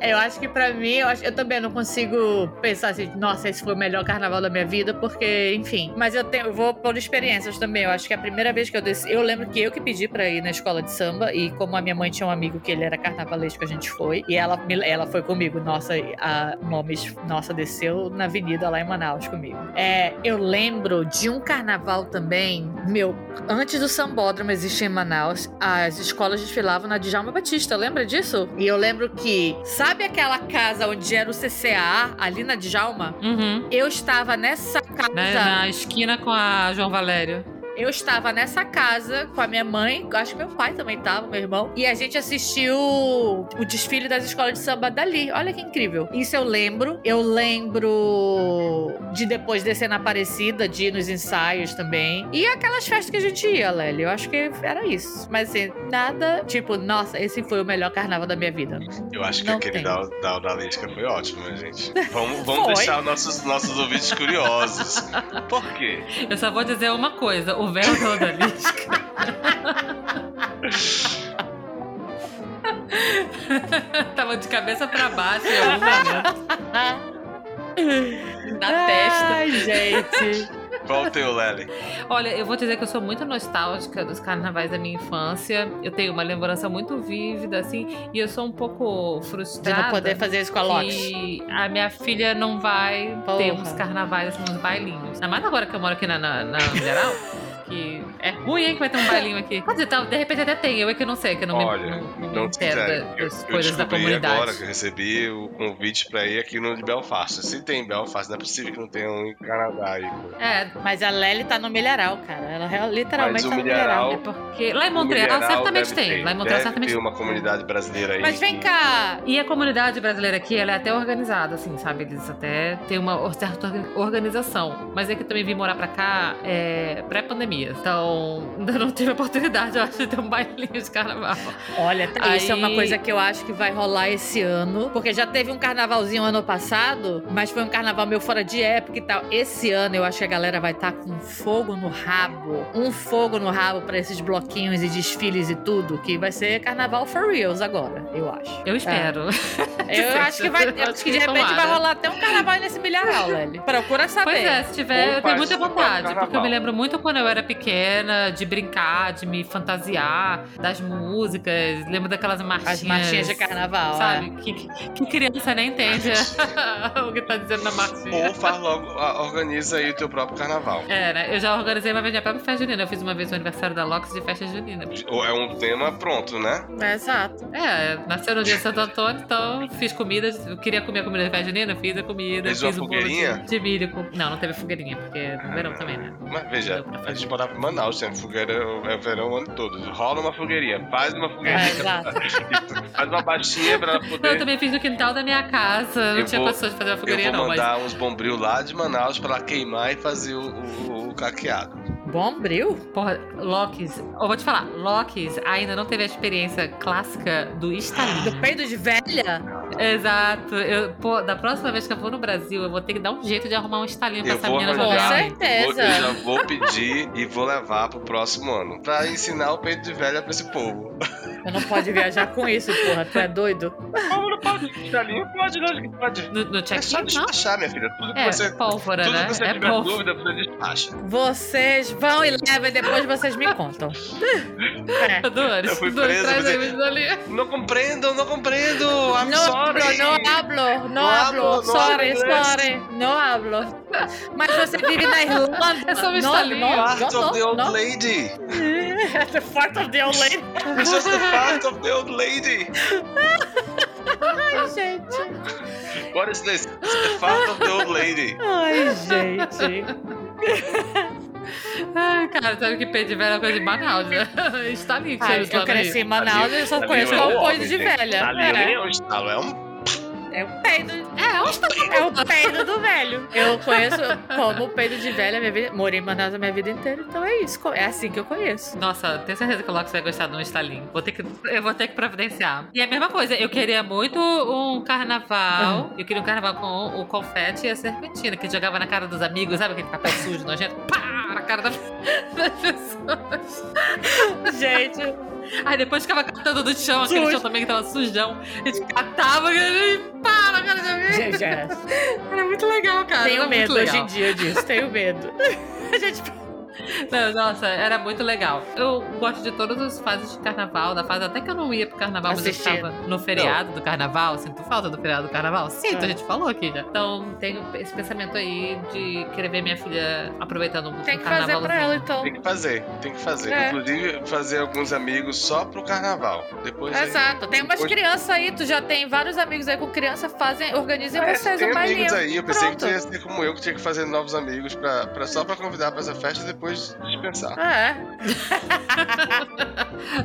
[SPEAKER 3] <laughs> Eu acho que pra mim, eu, acho- eu também não consigo pensar assim, nossa, esse foi o melhor carnaval da minha vida, porque, enfim. Mas eu, tenho, eu vou por experiências também. Eu acho que a primeira vez que eu desci. Eu lembro que eu que pedi pra ir na escola de samba, e como a minha mãe tinha um amigo que ele era carnavalesco, a gente foi. E ela, me- ela foi comigo. Nossa, a Momes, nossa, desceu na avenida lá em Manaus comigo. É, eu lembro de um carnaval também, meu, antes do Sambódromo existir em Manaus, as escolas desfilavam na Djalma Batista, lembra disso? E eu lembro que, sabe aquela casa onde era o CCA, ali na Djalma?
[SPEAKER 2] Uhum.
[SPEAKER 3] Eu estava nessa casa.
[SPEAKER 2] Né, Na, na esquina com a João Valério.
[SPEAKER 3] Eu estava nessa casa com a minha mãe, acho que meu pai também estava, meu irmão, e a gente assistiu o desfile das escolas de samba dali. Olha que incrível. Isso eu lembro. Eu lembro de depois descer na Aparecida, de ir nos ensaios também. E aquelas festas que a gente ia, Lely. Eu acho que era isso. Mas assim, nada tipo, nossa, esse foi o melhor carnaval da minha vida.
[SPEAKER 1] Eu acho que
[SPEAKER 3] Não
[SPEAKER 1] aquele
[SPEAKER 3] tem.
[SPEAKER 1] da, da Odalisca foi ótimo, né, gente. Vamos, vamos
[SPEAKER 3] Foi.
[SPEAKER 1] deixar os nossos, nossos ouvintes curiosos. Por quê?
[SPEAKER 2] Eu só vou dizer uma coisa: o véu da Odalisca. <laughs> Tava de cabeça pra baixo em algum momento.
[SPEAKER 3] <laughs> Na
[SPEAKER 2] testa.
[SPEAKER 3] Ah. Ai, <laughs> gente.
[SPEAKER 1] Qual o teu, Lely?
[SPEAKER 2] Olha, eu vou dizer que eu sou muito nostálgica dos carnavais da minha infância. Eu tenho uma lembrança muito vívida, assim, e eu sou um pouco
[SPEAKER 3] De
[SPEAKER 2] frustrada.
[SPEAKER 3] não poder fazer isso com a Lotus.
[SPEAKER 2] que a minha filha não vai
[SPEAKER 3] Porra.
[SPEAKER 2] ter uns carnavais, assim, uns bailinhos. Ainda mais agora que eu moro aqui na, na, na geral. Que é ruim, hein, que vai ter um bailinho aqui. Quer dizer, tal, de repente até tem, eu é que não sei, que eu não me
[SPEAKER 1] Olha,
[SPEAKER 2] não,
[SPEAKER 1] não
[SPEAKER 2] não
[SPEAKER 1] te
[SPEAKER 2] entero
[SPEAKER 1] quiser.
[SPEAKER 2] da-
[SPEAKER 1] Eu,
[SPEAKER 2] das
[SPEAKER 1] eu
[SPEAKER 2] coisas da
[SPEAKER 1] descobri
[SPEAKER 2] comunidade.
[SPEAKER 1] agora que eu recebi o convite pra ir aqui no de Belfast. Se tem em Belfast, não é possível que não tenha um em Canadá aí. pô.
[SPEAKER 2] É,
[SPEAKER 3] Mas a Lely tá no milharal, cara. Ela real- literalmente
[SPEAKER 1] Mas o
[SPEAKER 3] tá no
[SPEAKER 1] milharal-
[SPEAKER 3] milharal.
[SPEAKER 2] é porque. Lá em Montreal,
[SPEAKER 1] Mineral
[SPEAKER 2] certamente
[SPEAKER 1] deve
[SPEAKER 2] tem.
[SPEAKER 1] ter,
[SPEAKER 2] Lá em Montreal
[SPEAKER 1] deve
[SPEAKER 2] certamente
[SPEAKER 1] ter uma comunidade brasileira aí.
[SPEAKER 3] Mas vem
[SPEAKER 1] que-
[SPEAKER 3] cá!
[SPEAKER 2] E a comunidade brasileira aqui, ela é até organizada, assim, sabe? Eles até têm uma or- certa orga- organização. Mas é que eu também vim morar pra cá é, pré-pandemia. Então, <laughs> ainda não tive oportunidade, eu acho, de ter um bailinho de carnaval.
[SPEAKER 3] Olha, tá- isso é uma
[SPEAKER 2] Aí-
[SPEAKER 3] coisa que eu acho que vai rolar esse ano. Porque já teve um carnavalzinho ano passado, mas foi um carnaval meio fora de época e tal. Esse ano eu acho que a galera vai estar com fogo no rabo. Um fogo no rabo pra esses bloquinhos e desfiles e tudo. Que vai ser carnaval for reals agora, eu acho.
[SPEAKER 2] Eu espero.
[SPEAKER 3] É. Eu acho que vai. Eu acho que de repente vai rolar até um carnaval nesse milharal, Lely. Procura saber.
[SPEAKER 2] Pois é, se tiver, eu
[SPEAKER 1] Opa,
[SPEAKER 2] tenho muita
[SPEAKER 1] isso é
[SPEAKER 2] vontade.
[SPEAKER 1] carnaval.
[SPEAKER 2] Porque eu me lembro muito quando eu era pequena, de brincar, de me fantasiar, das músicas. Lembro daquelas marchinhas.
[SPEAKER 3] As marchinhas de carnaval. é.
[SPEAKER 2] Sabe? Que, que criança nem entende <laughs> o que tá dizendo na marchinha.
[SPEAKER 1] Ou faz logo, a- organiza aí o teu próprio carnaval.
[SPEAKER 2] É, né? Eu já organizei uma vez minha própria festa junina. Eu fiz uma vez o aniversário da Lox de festa junina.
[SPEAKER 1] Ou É um tema pronto, né?
[SPEAKER 3] É, exato.
[SPEAKER 2] É, nasceu no dia de Santo Antônio, então fiz comida. Eu queria comer a comida de festa junina, fiz a comida.
[SPEAKER 1] Fez uma
[SPEAKER 2] fiz o bolo
[SPEAKER 1] fogueirinha?
[SPEAKER 2] de, de milho. com- Não, não teve fogueirinha, porque no verão também, né?
[SPEAKER 1] Mas veja,
[SPEAKER 2] Deu pra
[SPEAKER 1] a
[SPEAKER 2] fazer.
[SPEAKER 1] gente morava em Manaus, tem fogueira, é verão o ano todo. Rola uma fogueirinha, faz uma
[SPEAKER 3] É,
[SPEAKER 1] fogueirinha,
[SPEAKER 3] exato.
[SPEAKER 1] faz uma baixinha pra ela
[SPEAKER 2] É. Não, eu
[SPEAKER 1] poder.
[SPEAKER 2] também fiz no quintal da minha casa. Não
[SPEAKER 1] Eu
[SPEAKER 2] tinha
[SPEAKER 1] vou-
[SPEAKER 2] condições de fazer uma
[SPEAKER 1] Eu
[SPEAKER 2] fogueirinha,
[SPEAKER 1] vou
[SPEAKER 2] não, mas.
[SPEAKER 1] mandar uns bombril lá de Manaus pra ela queimar e fazer o, o- o caqueado.
[SPEAKER 3] Bombril?
[SPEAKER 2] Porra, Locks. Eu vou te falar, Locks ainda não teve a experiência clássica do estalinho.
[SPEAKER 1] <gasps>
[SPEAKER 3] Do peido de velha?
[SPEAKER 2] Exato. Eu, pô, da próxima vez que eu for no Brasil, eu vou ter que dar um jeito de arrumar um estalinho pra
[SPEAKER 1] Eu
[SPEAKER 2] essa
[SPEAKER 1] vou
[SPEAKER 2] menina
[SPEAKER 3] Com
[SPEAKER 2] jogar.
[SPEAKER 1] arranjar, vou-
[SPEAKER 3] certeza.
[SPEAKER 1] eu já vou pedir e vou levar pro próximo ano. Pra ensinar o peito de velha pra esse povo.
[SPEAKER 3] Eu não pode viajar com isso, porra. Tu é doido?
[SPEAKER 1] Como não pode? Estalinho pode, lógico que pode.
[SPEAKER 2] No, no
[SPEAKER 3] Tá
[SPEAKER 1] É só
[SPEAKER 2] check-in,
[SPEAKER 3] então?
[SPEAKER 2] não?
[SPEAKER 1] despachar, minha filha. Tudo que
[SPEAKER 2] É,
[SPEAKER 1] você,
[SPEAKER 2] pólvora,
[SPEAKER 1] tudo
[SPEAKER 2] né?
[SPEAKER 1] que você
[SPEAKER 2] é
[SPEAKER 1] tiver
[SPEAKER 2] pólvora.
[SPEAKER 1] dúvida, você despacha.
[SPEAKER 3] Vocês vão e levam e depois vocês me contam. É.
[SPEAKER 1] Eu
[SPEAKER 2] Dores,
[SPEAKER 1] fui
[SPEAKER 2] Dores,
[SPEAKER 1] preso,
[SPEAKER 2] traz aí
[SPEAKER 1] mas-
[SPEAKER 2] o ali.
[SPEAKER 1] Não compreendo, não compreendo. I'm
[SPEAKER 3] No
[SPEAKER 1] sorry.
[SPEAKER 3] hablo, no hablo, no
[SPEAKER 1] No hablo,
[SPEAKER 3] hablo,
[SPEAKER 1] no
[SPEAKER 3] sorry,
[SPEAKER 1] hablo inglês.
[SPEAKER 3] sorry, no hablo. Mas você vive na <laughs> Irlanda.
[SPEAKER 2] É só me
[SPEAKER 3] No,
[SPEAKER 2] estalinho.
[SPEAKER 3] no,
[SPEAKER 1] Part
[SPEAKER 3] no,
[SPEAKER 1] of the old
[SPEAKER 3] no.
[SPEAKER 1] lady.
[SPEAKER 3] <laughs> The Fort of the Old Lady.
[SPEAKER 1] It's just the part of the old lady.
[SPEAKER 3] Ai, gente.
[SPEAKER 1] What is this? It's the part of the old lady.
[SPEAKER 3] Ai, gente.
[SPEAKER 2] Ai, Ah, cara, sabe que pé de velho é uma coisa de Manaus, né? <laughs> Está ali, que
[SPEAKER 3] Ai,
[SPEAKER 2] chama isso
[SPEAKER 3] eu
[SPEAKER 2] lá no
[SPEAKER 3] cresci
[SPEAKER 2] Rio.
[SPEAKER 3] em Manaus e eu só
[SPEAKER 1] Ali
[SPEAKER 3] conheço
[SPEAKER 1] é
[SPEAKER 3] como
[SPEAKER 1] óbvio,
[SPEAKER 3] coisa de
[SPEAKER 1] gente.
[SPEAKER 3] velha.
[SPEAKER 1] Ali
[SPEAKER 3] É,
[SPEAKER 1] é um estalo, é um
[SPEAKER 3] é o peido,
[SPEAKER 2] É, onde tá
[SPEAKER 3] é o peido do velho. Eu conheço como peido de velha a minha vida. Morei em Manaus a minha vida inteira, então é isso. É assim que eu conheço.
[SPEAKER 2] Nossa, tenho certeza que o Locke vai gostar de um estalinho. Vou ter que, eu vou ter que providenciar. E é a mesma coisa, eu queria muito um carnaval. Eu queria um carnaval com o confete e a serpentina, que jogava na cara dos amigos, sabe aquele papel sujo, nojento? Pá! Na cara da- <laughs> das pessoas.
[SPEAKER 3] Gente,
[SPEAKER 2] Aí depois ficava catando do chão, aquele
[SPEAKER 3] Sujo.
[SPEAKER 2] chão também que tava sujão. A gente catava e pá! Na cara de alguém.
[SPEAKER 3] gente, é.
[SPEAKER 1] assim.
[SPEAKER 2] Era muito legal, cara.
[SPEAKER 3] <laughs> Tenho
[SPEAKER 2] era muito
[SPEAKER 3] medo hoje
[SPEAKER 2] legal.
[SPEAKER 3] em dia disso, tenho medo. A gente
[SPEAKER 2] Não, nossa, era muito legal. Eu gosto de todas as fases de carnaval, da fase até que eu não ia pro carnaval,
[SPEAKER 3] Assistir.
[SPEAKER 2] mas eu ficava no feriado do carnaval. Sinto falta do feriado do carnaval? Sinto,
[SPEAKER 3] É.
[SPEAKER 2] a gente falou aqui já. Então tenho esse pensamento aí de querer ver minha filha aproveitando um
[SPEAKER 3] tem que fazer
[SPEAKER 2] carnaval.
[SPEAKER 3] pra ela, então.
[SPEAKER 1] Tem que fazer, tem que fazer.
[SPEAKER 3] É.
[SPEAKER 1] Inclusive, fazer alguns amigos só pro carnaval. Depois. aí-
[SPEAKER 3] Exato. Tem umas
[SPEAKER 1] Depois-
[SPEAKER 3] crianças aí, tu já tem vários amigos aí com criança, fazem, organizem
[SPEAKER 1] É,
[SPEAKER 3] vocês
[SPEAKER 1] tem
[SPEAKER 3] um
[SPEAKER 1] amigos
[SPEAKER 3] bailinho.
[SPEAKER 1] aí, eu pensei que
[SPEAKER 3] Pronto.
[SPEAKER 1] tu ia ser como eu, que tinha que fazer novos amigos pra, pra- só pra convidar pra essa festa e depois dispensar.
[SPEAKER 3] É.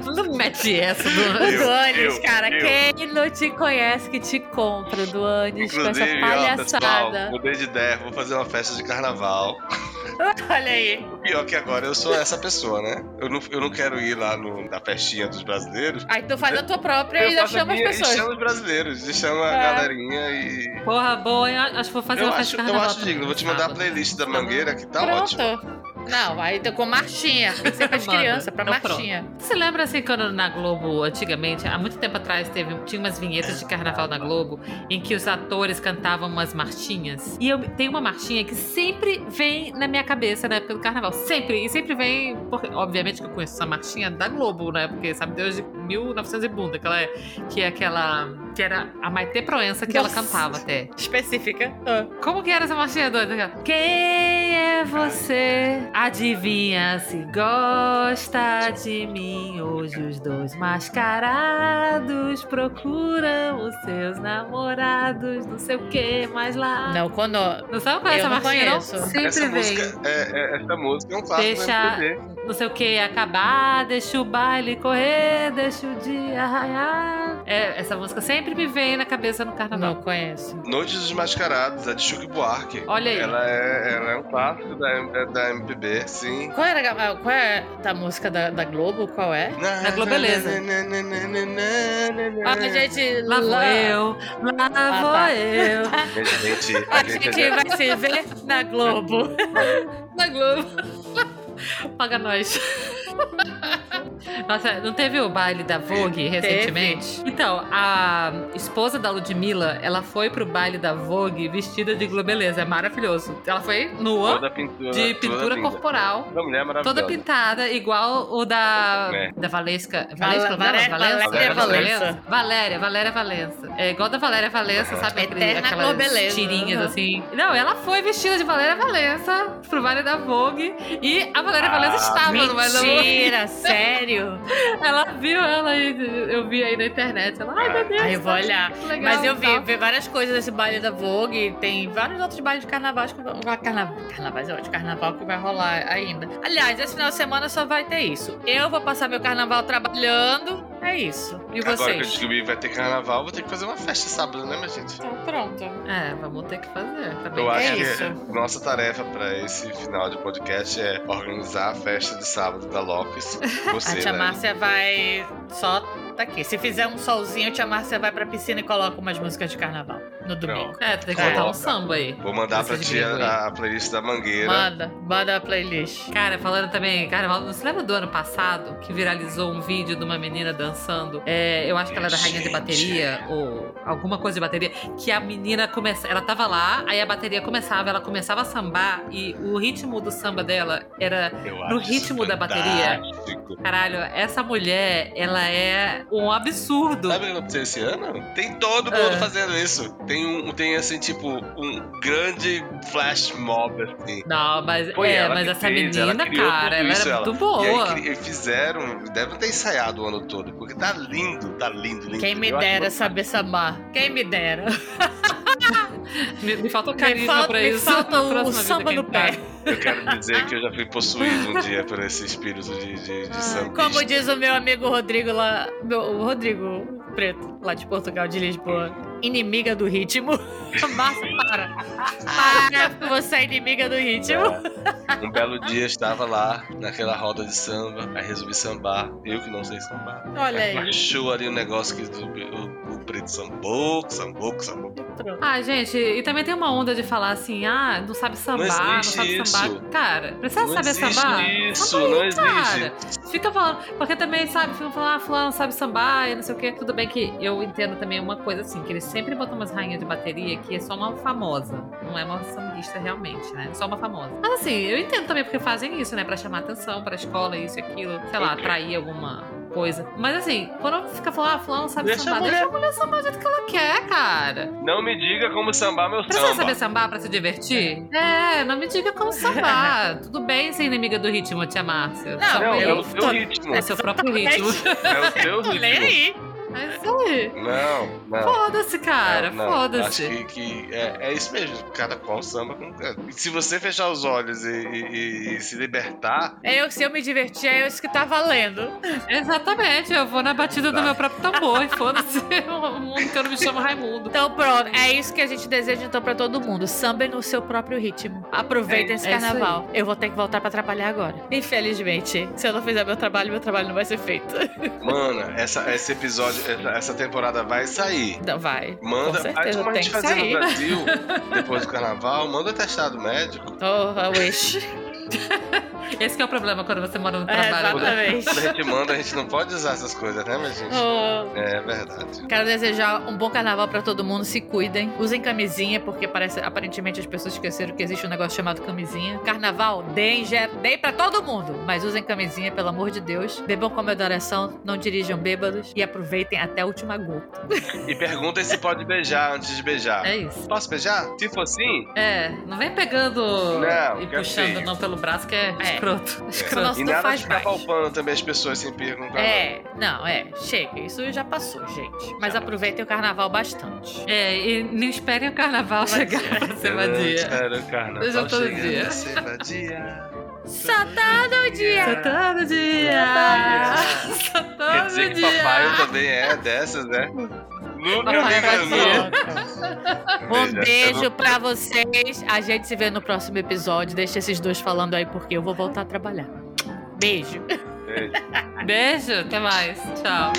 [SPEAKER 2] <laughs> Não mete essa do.
[SPEAKER 1] Eu,
[SPEAKER 3] O Duanes,
[SPEAKER 1] eu,
[SPEAKER 3] cara,
[SPEAKER 1] eu.
[SPEAKER 3] quem não te conhece que te compra, Duanes, com essa
[SPEAKER 1] Inclusive, ó, pessoal,
[SPEAKER 3] palhaçada.
[SPEAKER 1] mudei de ideia, vou fazer uma festa de carnaval.
[SPEAKER 3] <laughs> Olha aí.
[SPEAKER 1] O pior é que agora eu sou essa pessoa, né? Eu não, eu não quero ir lá no- na festinha dos brasileiros.
[SPEAKER 3] Aí tu faz a tua própria e
[SPEAKER 1] eu
[SPEAKER 3] ainda
[SPEAKER 1] faço a
[SPEAKER 3] chama as
[SPEAKER 1] minha E
[SPEAKER 3] pessoas.
[SPEAKER 1] chama os brasileiros, e chama a
[SPEAKER 3] É.
[SPEAKER 1] galerinha e.
[SPEAKER 2] Porra, boa, hein? acho que vou fazer
[SPEAKER 1] Eu
[SPEAKER 2] uma
[SPEAKER 1] acho,
[SPEAKER 2] festa de
[SPEAKER 1] eu
[SPEAKER 2] carnaval.
[SPEAKER 1] acho digno, vou te mandar a playlist da
[SPEAKER 2] Sábado.
[SPEAKER 1] Mangueira que tá
[SPEAKER 3] Pronto.
[SPEAKER 1] ótima.
[SPEAKER 3] Não, aí tu com marchinha. Tem que ser pras
[SPEAKER 2] Manda.
[SPEAKER 3] crianças, pra
[SPEAKER 2] Então pronto.
[SPEAKER 3] marchinha.
[SPEAKER 2] Você lembra assim quando na Globo, antigamente, há muito tempo atrás, teve, tinha umas vinhetas de carnaval na Globo em que os atores cantavam umas marchinhas? E eu tenho uma marchinha que sempre vem na minha cabeça na época do carnaval. Sempre. E sempre vem, porque, obviamente que eu conheço essa marchinha da Globo, né? Porque sabe Deus de 1900 e bunda, que, ela é, que é aquela. que era a Maite Proença que
[SPEAKER 3] Nossa.
[SPEAKER 2] ela cantava até.
[SPEAKER 3] Específica.
[SPEAKER 2] Como que era essa marchinha doida? Quem é você? Adivinha se gosta de mim. Hoje os dois mascarados procuram os seus namorados. Não sei o que mais lá.
[SPEAKER 3] Não, quando.
[SPEAKER 2] Não sabe qual é
[SPEAKER 3] Eu
[SPEAKER 2] essa
[SPEAKER 3] não
[SPEAKER 2] marchinha, não?
[SPEAKER 3] conheço.
[SPEAKER 2] Sempre
[SPEAKER 1] essa
[SPEAKER 2] vem.
[SPEAKER 1] música é, é- essa música é um clássico
[SPEAKER 2] Deixa-
[SPEAKER 1] da MPB.
[SPEAKER 2] Não sei o que acabar, deixa o baile correr, deixa o dia raiar. É, essa música sempre me vem na cabeça no carnaval.
[SPEAKER 3] Não conheço.
[SPEAKER 1] Noites dos Mascarados, a de Chico Buarque.
[SPEAKER 2] Olha aí.
[SPEAKER 1] Ela é, ela é um clássico da, M- é da MPB, sim.
[SPEAKER 3] Qual, era, a- qual é da música da, da Globo? Qual é?
[SPEAKER 1] Na
[SPEAKER 2] Globeleza.
[SPEAKER 3] Ah, gente,
[SPEAKER 2] Lá vou eu, lá vou
[SPEAKER 3] tá.
[SPEAKER 2] eu.
[SPEAKER 1] Gente,
[SPEAKER 3] A
[SPEAKER 1] a gente
[SPEAKER 3] gente
[SPEAKER 1] é-
[SPEAKER 3] vai se ver na Globo.
[SPEAKER 2] Na Globo. Paga nós. Nossa, não teve o baile da Vogue recentemente? Então, a esposa da Ludmilla, ela foi pro baile da Vogue vestida de globeleza. É maravilhoso. Ela foi nua,
[SPEAKER 1] toda pintura.
[SPEAKER 2] de
[SPEAKER 1] toda
[SPEAKER 2] pintura
[SPEAKER 1] pinta.
[SPEAKER 2] corporal.
[SPEAKER 1] Uma mulher é maravilhosa.
[SPEAKER 2] Toda pintada, igual o da.
[SPEAKER 1] É.
[SPEAKER 2] Da Valesca. Valesca, não,
[SPEAKER 3] Vala-
[SPEAKER 2] Valença?
[SPEAKER 1] Valéria
[SPEAKER 3] Valença.
[SPEAKER 2] Valéria, Valéria Valença. É igual da Valéria Valença,
[SPEAKER 1] Aham.
[SPEAKER 2] sabe? Aquele-
[SPEAKER 3] Eterna
[SPEAKER 2] aquelas
[SPEAKER 3] globeleza.
[SPEAKER 2] tirinhas
[SPEAKER 3] Aham.
[SPEAKER 2] assim. Não, ela foi vestida de Valéria Valença pro Vale da Vogue e a Valéria
[SPEAKER 1] Ah,
[SPEAKER 2] Valença estava no Vale da Vogue.
[SPEAKER 3] Mentira, sério.
[SPEAKER 2] <laughs> Ela viu ela aí, eu vi aí na internet. Ela, ai meu Deus.
[SPEAKER 3] <laughs> Aí eu vou
[SPEAKER 2] tá
[SPEAKER 3] olhar.
[SPEAKER 2] muito legal tá.
[SPEAKER 3] Mas eu
[SPEAKER 2] e
[SPEAKER 3] vi,
[SPEAKER 2] tal.
[SPEAKER 3] vi várias coisas desse baile da Vogue. Tem vários outros bailes de carnaval. Acho que vai- carnaval, carnaval, é ótimo, carnaval que vai rolar ainda. Aliás, esse final de semana só vai ter isso. Eu vou passar meu carnaval trabalhando. É isso. E
[SPEAKER 1] Agora que eu
[SPEAKER 3] vocês?
[SPEAKER 1] descobri que vai ter carnaval, vou ter que fazer uma festa sábado, né, minha gente?
[SPEAKER 3] Então, pronto.
[SPEAKER 2] É, vamos ter que fazer. Tá bem.
[SPEAKER 1] Eu acho
[SPEAKER 3] É
[SPEAKER 1] que
[SPEAKER 3] isso.
[SPEAKER 1] nossa tarefa pra esse final de podcast é organizar a festa de sábado da Lopes.
[SPEAKER 3] A
[SPEAKER 1] Você,
[SPEAKER 3] tia
[SPEAKER 1] né?
[SPEAKER 3] Márcia vai só daqui. Se fizer um solzinho, a tia Márcia vai pra piscina e coloca umas músicas de carnaval no domingo.
[SPEAKER 2] É, tu tem que
[SPEAKER 1] É.
[SPEAKER 2] botar um samba aí.
[SPEAKER 1] Vou mandar
[SPEAKER 2] Festa
[SPEAKER 1] pra
[SPEAKER 2] de
[SPEAKER 1] ti
[SPEAKER 2] gringo aí.
[SPEAKER 1] a, a playlist da Mangueira.
[SPEAKER 3] Manda, manda a playlist.
[SPEAKER 2] Cara, falando também, carnaval, você lembra do ano passado que viralizou um vídeo de uma menina dançando? É, eu acho que ela era rainha de
[SPEAKER 1] Gente.
[SPEAKER 2] bateria ou alguma coisa de bateria, que a menina começa, ela tava lá, aí a bateria começava, ela começava a sambar e o ritmo do samba dela era
[SPEAKER 1] Eu
[SPEAKER 2] No
[SPEAKER 1] acho
[SPEAKER 2] ritmo da bateria.
[SPEAKER 1] fantástico.
[SPEAKER 2] Caralho, essa mulher, ela é um absurdo.
[SPEAKER 1] Sabe o que aconteceu esse ano? Tem todo mundo fazendo isso. Tem um, tem assim, tipo, um grande flash mob, assim.
[SPEAKER 2] Não, mas
[SPEAKER 1] Foi
[SPEAKER 2] é,
[SPEAKER 1] ela
[SPEAKER 2] mas
[SPEAKER 1] que
[SPEAKER 2] essa
[SPEAKER 1] fez, ela
[SPEAKER 2] menina,
[SPEAKER 1] criou
[SPEAKER 2] cara,
[SPEAKER 1] tudo
[SPEAKER 2] ela
[SPEAKER 1] isso,
[SPEAKER 2] era
[SPEAKER 1] ela.
[SPEAKER 2] muito
[SPEAKER 1] E aí
[SPEAKER 2] boa.
[SPEAKER 1] cri- fizeram, devem ter ensaiado o ano todo, porque tá lindo, tá lindo, lindo.
[SPEAKER 3] Quem me
[SPEAKER 1] Eu acho <laughs>
[SPEAKER 3] dera saber sambar. Quem me dera.
[SPEAKER 2] Me, me falta o
[SPEAKER 3] Me
[SPEAKER 2] carisma
[SPEAKER 3] falta,
[SPEAKER 2] pra
[SPEAKER 3] me
[SPEAKER 2] isso.
[SPEAKER 3] falta
[SPEAKER 2] na <laughs>
[SPEAKER 3] o,
[SPEAKER 2] próxima vida,
[SPEAKER 3] samba
[SPEAKER 2] quem
[SPEAKER 3] no
[SPEAKER 2] sabe.
[SPEAKER 3] pé.
[SPEAKER 1] Eu quero dizer que eu já fui possuído um dia por esse espírito de, de, de sambista.
[SPEAKER 3] Ah, Como diz o meu amigo Rodrigo lá. Meu, o Rodrigo Preto, lá de Portugal, de Lisboa. Inimiga do ritmo. <laughs> Massa, para. Para, porque você é inimiga do ritmo.
[SPEAKER 1] É. Um belo dia eu estava lá naquela roda de samba, aí resolvi sambar, eu que não sei sambar.
[SPEAKER 3] Olha aí.
[SPEAKER 1] Achou ali um negócio que o, o, o preto sambou, que sambou, que sambou.
[SPEAKER 3] Pronto.
[SPEAKER 2] Ah, gente, e também tem uma onda de falar assim, ah, não sabe sambar, não,
[SPEAKER 1] existe
[SPEAKER 2] sabe
[SPEAKER 1] isso.
[SPEAKER 2] sambar. Cara, precisa
[SPEAKER 1] Não
[SPEAKER 2] saber
[SPEAKER 1] existe
[SPEAKER 2] Tá sambar?
[SPEAKER 1] isso,
[SPEAKER 2] Samba aí,
[SPEAKER 1] não existe.
[SPEAKER 2] cara. Fica falando, porque também, sabe, ficam falando, ah, fulano sabe sambar e não sei o quê. Tudo bem que eu entendo também uma coisa assim, que eles sempre botam umas rainhas de bateria que é só uma famosa, não é uma sambista realmente, né? Só uma famosa. Mas assim, eu entendo também porque fazem isso, né? Pra chamar atenção, pra escola, isso e aquilo, sei lá,
[SPEAKER 1] Ok.
[SPEAKER 2] atrair alguma coisa. Mas assim, quando fica falando, ah, fulano sabe
[SPEAKER 1] Deixa a
[SPEAKER 2] sambar,
[SPEAKER 1] mulher-
[SPEAKER 2] deixa a mulher sambar do jeito que ela quer, cara.
[SPEAKER 1] Não me diga como sambar meu
[SPEAKER 2] Precisa
[SPEAKER 1] samba.
[SPEAKER 2] saber sambar pra se divertir? É, não me diga como sambar. Tudo bem ser inimiga do ritmo, tia Márcia.
[SPEAKER 3] Não,
[SPEAKER 1] Não, é o
[SPEAKER 3] Eu
[SPEAKER 1] teu
[SPEAKER 3] tô-
[SPEAKER 1] ritmo.
[SPEAKER 2] É seu próprio ritmo.
[SPEAKER 1] É o teu
[SPEAKER 3] Lê
[SPEAKER 1] ritmo.
[SPEAKER 3] aí.
[SPEAKER 2] É isso aí.
[SPEAKER 1] Não, não.
[SPEAKER 2] <laughs> Foda-se, cara.
[SPEAKER 1] É, Não, não.
[SPEAKER 2] Foda-se.
[SPEAKER 1] Acho que, que é, é isso mesmo. Cada qual samba com cada. E Se você fechar os olhos e, e- e se libertar,
[SPEAKER 3] É eu, se eu me divertir, é isso que tá valendo.
[SPEAKER 2] Exatamente. Eu vou na batida do
[SPEAKER 1] Tá.
[SPEAKER 2] meu próprio tambor. e Foda-se. <laughs> O mundo que eu não me chamo Raimundo.
[SPEAKER 3] Então pronto, é isso que a gente deseja então pra todo mundo. Samba no seu próprio ritmo. Aproveitem
[SPEAKER 2] É,
[SPEAKER 3] esse
[SPEAKER 2] é isso
[SPEAKER 3] carnaval. Eu vou ter que voltar pra trabalhar agora. Infelizmente, se eu não fizer meu trabalho, meu trabalho não vai ser feito. <laughs>
[SPEAKER 1] mana, essa, esse episódio, essa, essa temporada vai sair.
[SPEAKER 3] Então vai.
[SPEAKER 1] Manda,
[SPEAKER 3] Com
[SPEAKER 1] faz
[SPEAKER 3] certeza
[SPEAKER 1] como a
[SPEAKER 3] tem
[SPEAKER 1] gente
[SPEAKER 3] que
[SPEAKER 1] fazia no
[SPEAKER 3] sair.
[SPEAKER 1] Brasil, depois do carnaval, manda testado médico.
[SPEAKER 3] Oh, I wish.
[SPEAKER 2] Esse que é o problema quando você mora no
[SPEAKER 3] É,
[SPEAKER 2] trabalho. né?
[SPEAKER 3] exatamente.
[SPEAKER 1] Quando a gente manda, a gente não pode usar essas coisas, né, minha gente?
[SPEAKER 3] Oh.
[SPEAKER 1] É verdade.
[SPEAKER 3] Quero desejar um bom carnaval pra todo mundo. Se cuidem. Usem camisinha, porque parece aparentemente as pessoas esqueceram que existe um negócio chamado camisinha. Carnaval, deem, já- deem pra todo mundo. Mas usem camisinha, pelo amor de Deus. Bebam com moderação, não dirijam bêbados e aproveitem até a última gota.
[SPEAKER 1] E pergunta se pode beijar antes de beijar.
[SPEAKER 2] É isso.
[SPEAKER 1] Posso beijar? Se for sim,
[SPEAKER 2] É, não vem pegando
[SPEAKER 1] Não,
[SPEAKER 2] e
[SPEAKER 1] que é
[SPEAKER 2] puxando
[SPEAKER 1] feio.
[SPEAKER 2] não pelo braço que é,
[SPEAKER 3] É.
[SPEAKER 2] escroto.
[SPEAKER 3] Isso não,
[SPEAKER 1] e
[SPEAKER 2] então
[SPEAKER 3] não
[SPEAKER 1] nada de
[SPEAKER 3] faz
[SPEAKER 1] ficar
[SPEAKER 3] mais.
[SPEAKER 1] palpando também as pessoas sem perguntar. né?
[SPEAKER 3] É, não, é. Chega, isso já passou, gente. Mas aproveitem o carnaval bastante.
[SPEAKER 2] É, e não esperem o carnaval chegar pra ser vadia.
[SPEAKER 1] Era o carnaval
[SPEAKER 2] Beijo todo
[SPEAKER 1] chegando,
[SPEAKER 2] dia.
[SPEAKER 1] ser vadia.
[SPEAKER 3] Só todo dia!
[SPEAKER 2] Só
[SPEAKER 1] é.
[SPEAKER 2] todo dia! <laughs> Só
[SPEAKER 1] Quer dizer
[SPEAKER 2] todo
[SPEAKER 1] que papai
[SPEAKER 2] dia!
[SPEAKER 1] também é dessas, né? Nunca me
[SPEAKER 2] Papai vai
[SPEAKER 1] enganou.
[SPEAKER 3] Um
[SPEAKER 1] é.
[SPEAKER 3] beijo pra vocês. A gente se vê no próximo episódio. Deixa esses dois falando aí, porque eu vou voltar a trabalhar. Beijo.
[SPEAKER 1] Beijo.
[SPEAKER 2] Beijo, até mais. Tchau.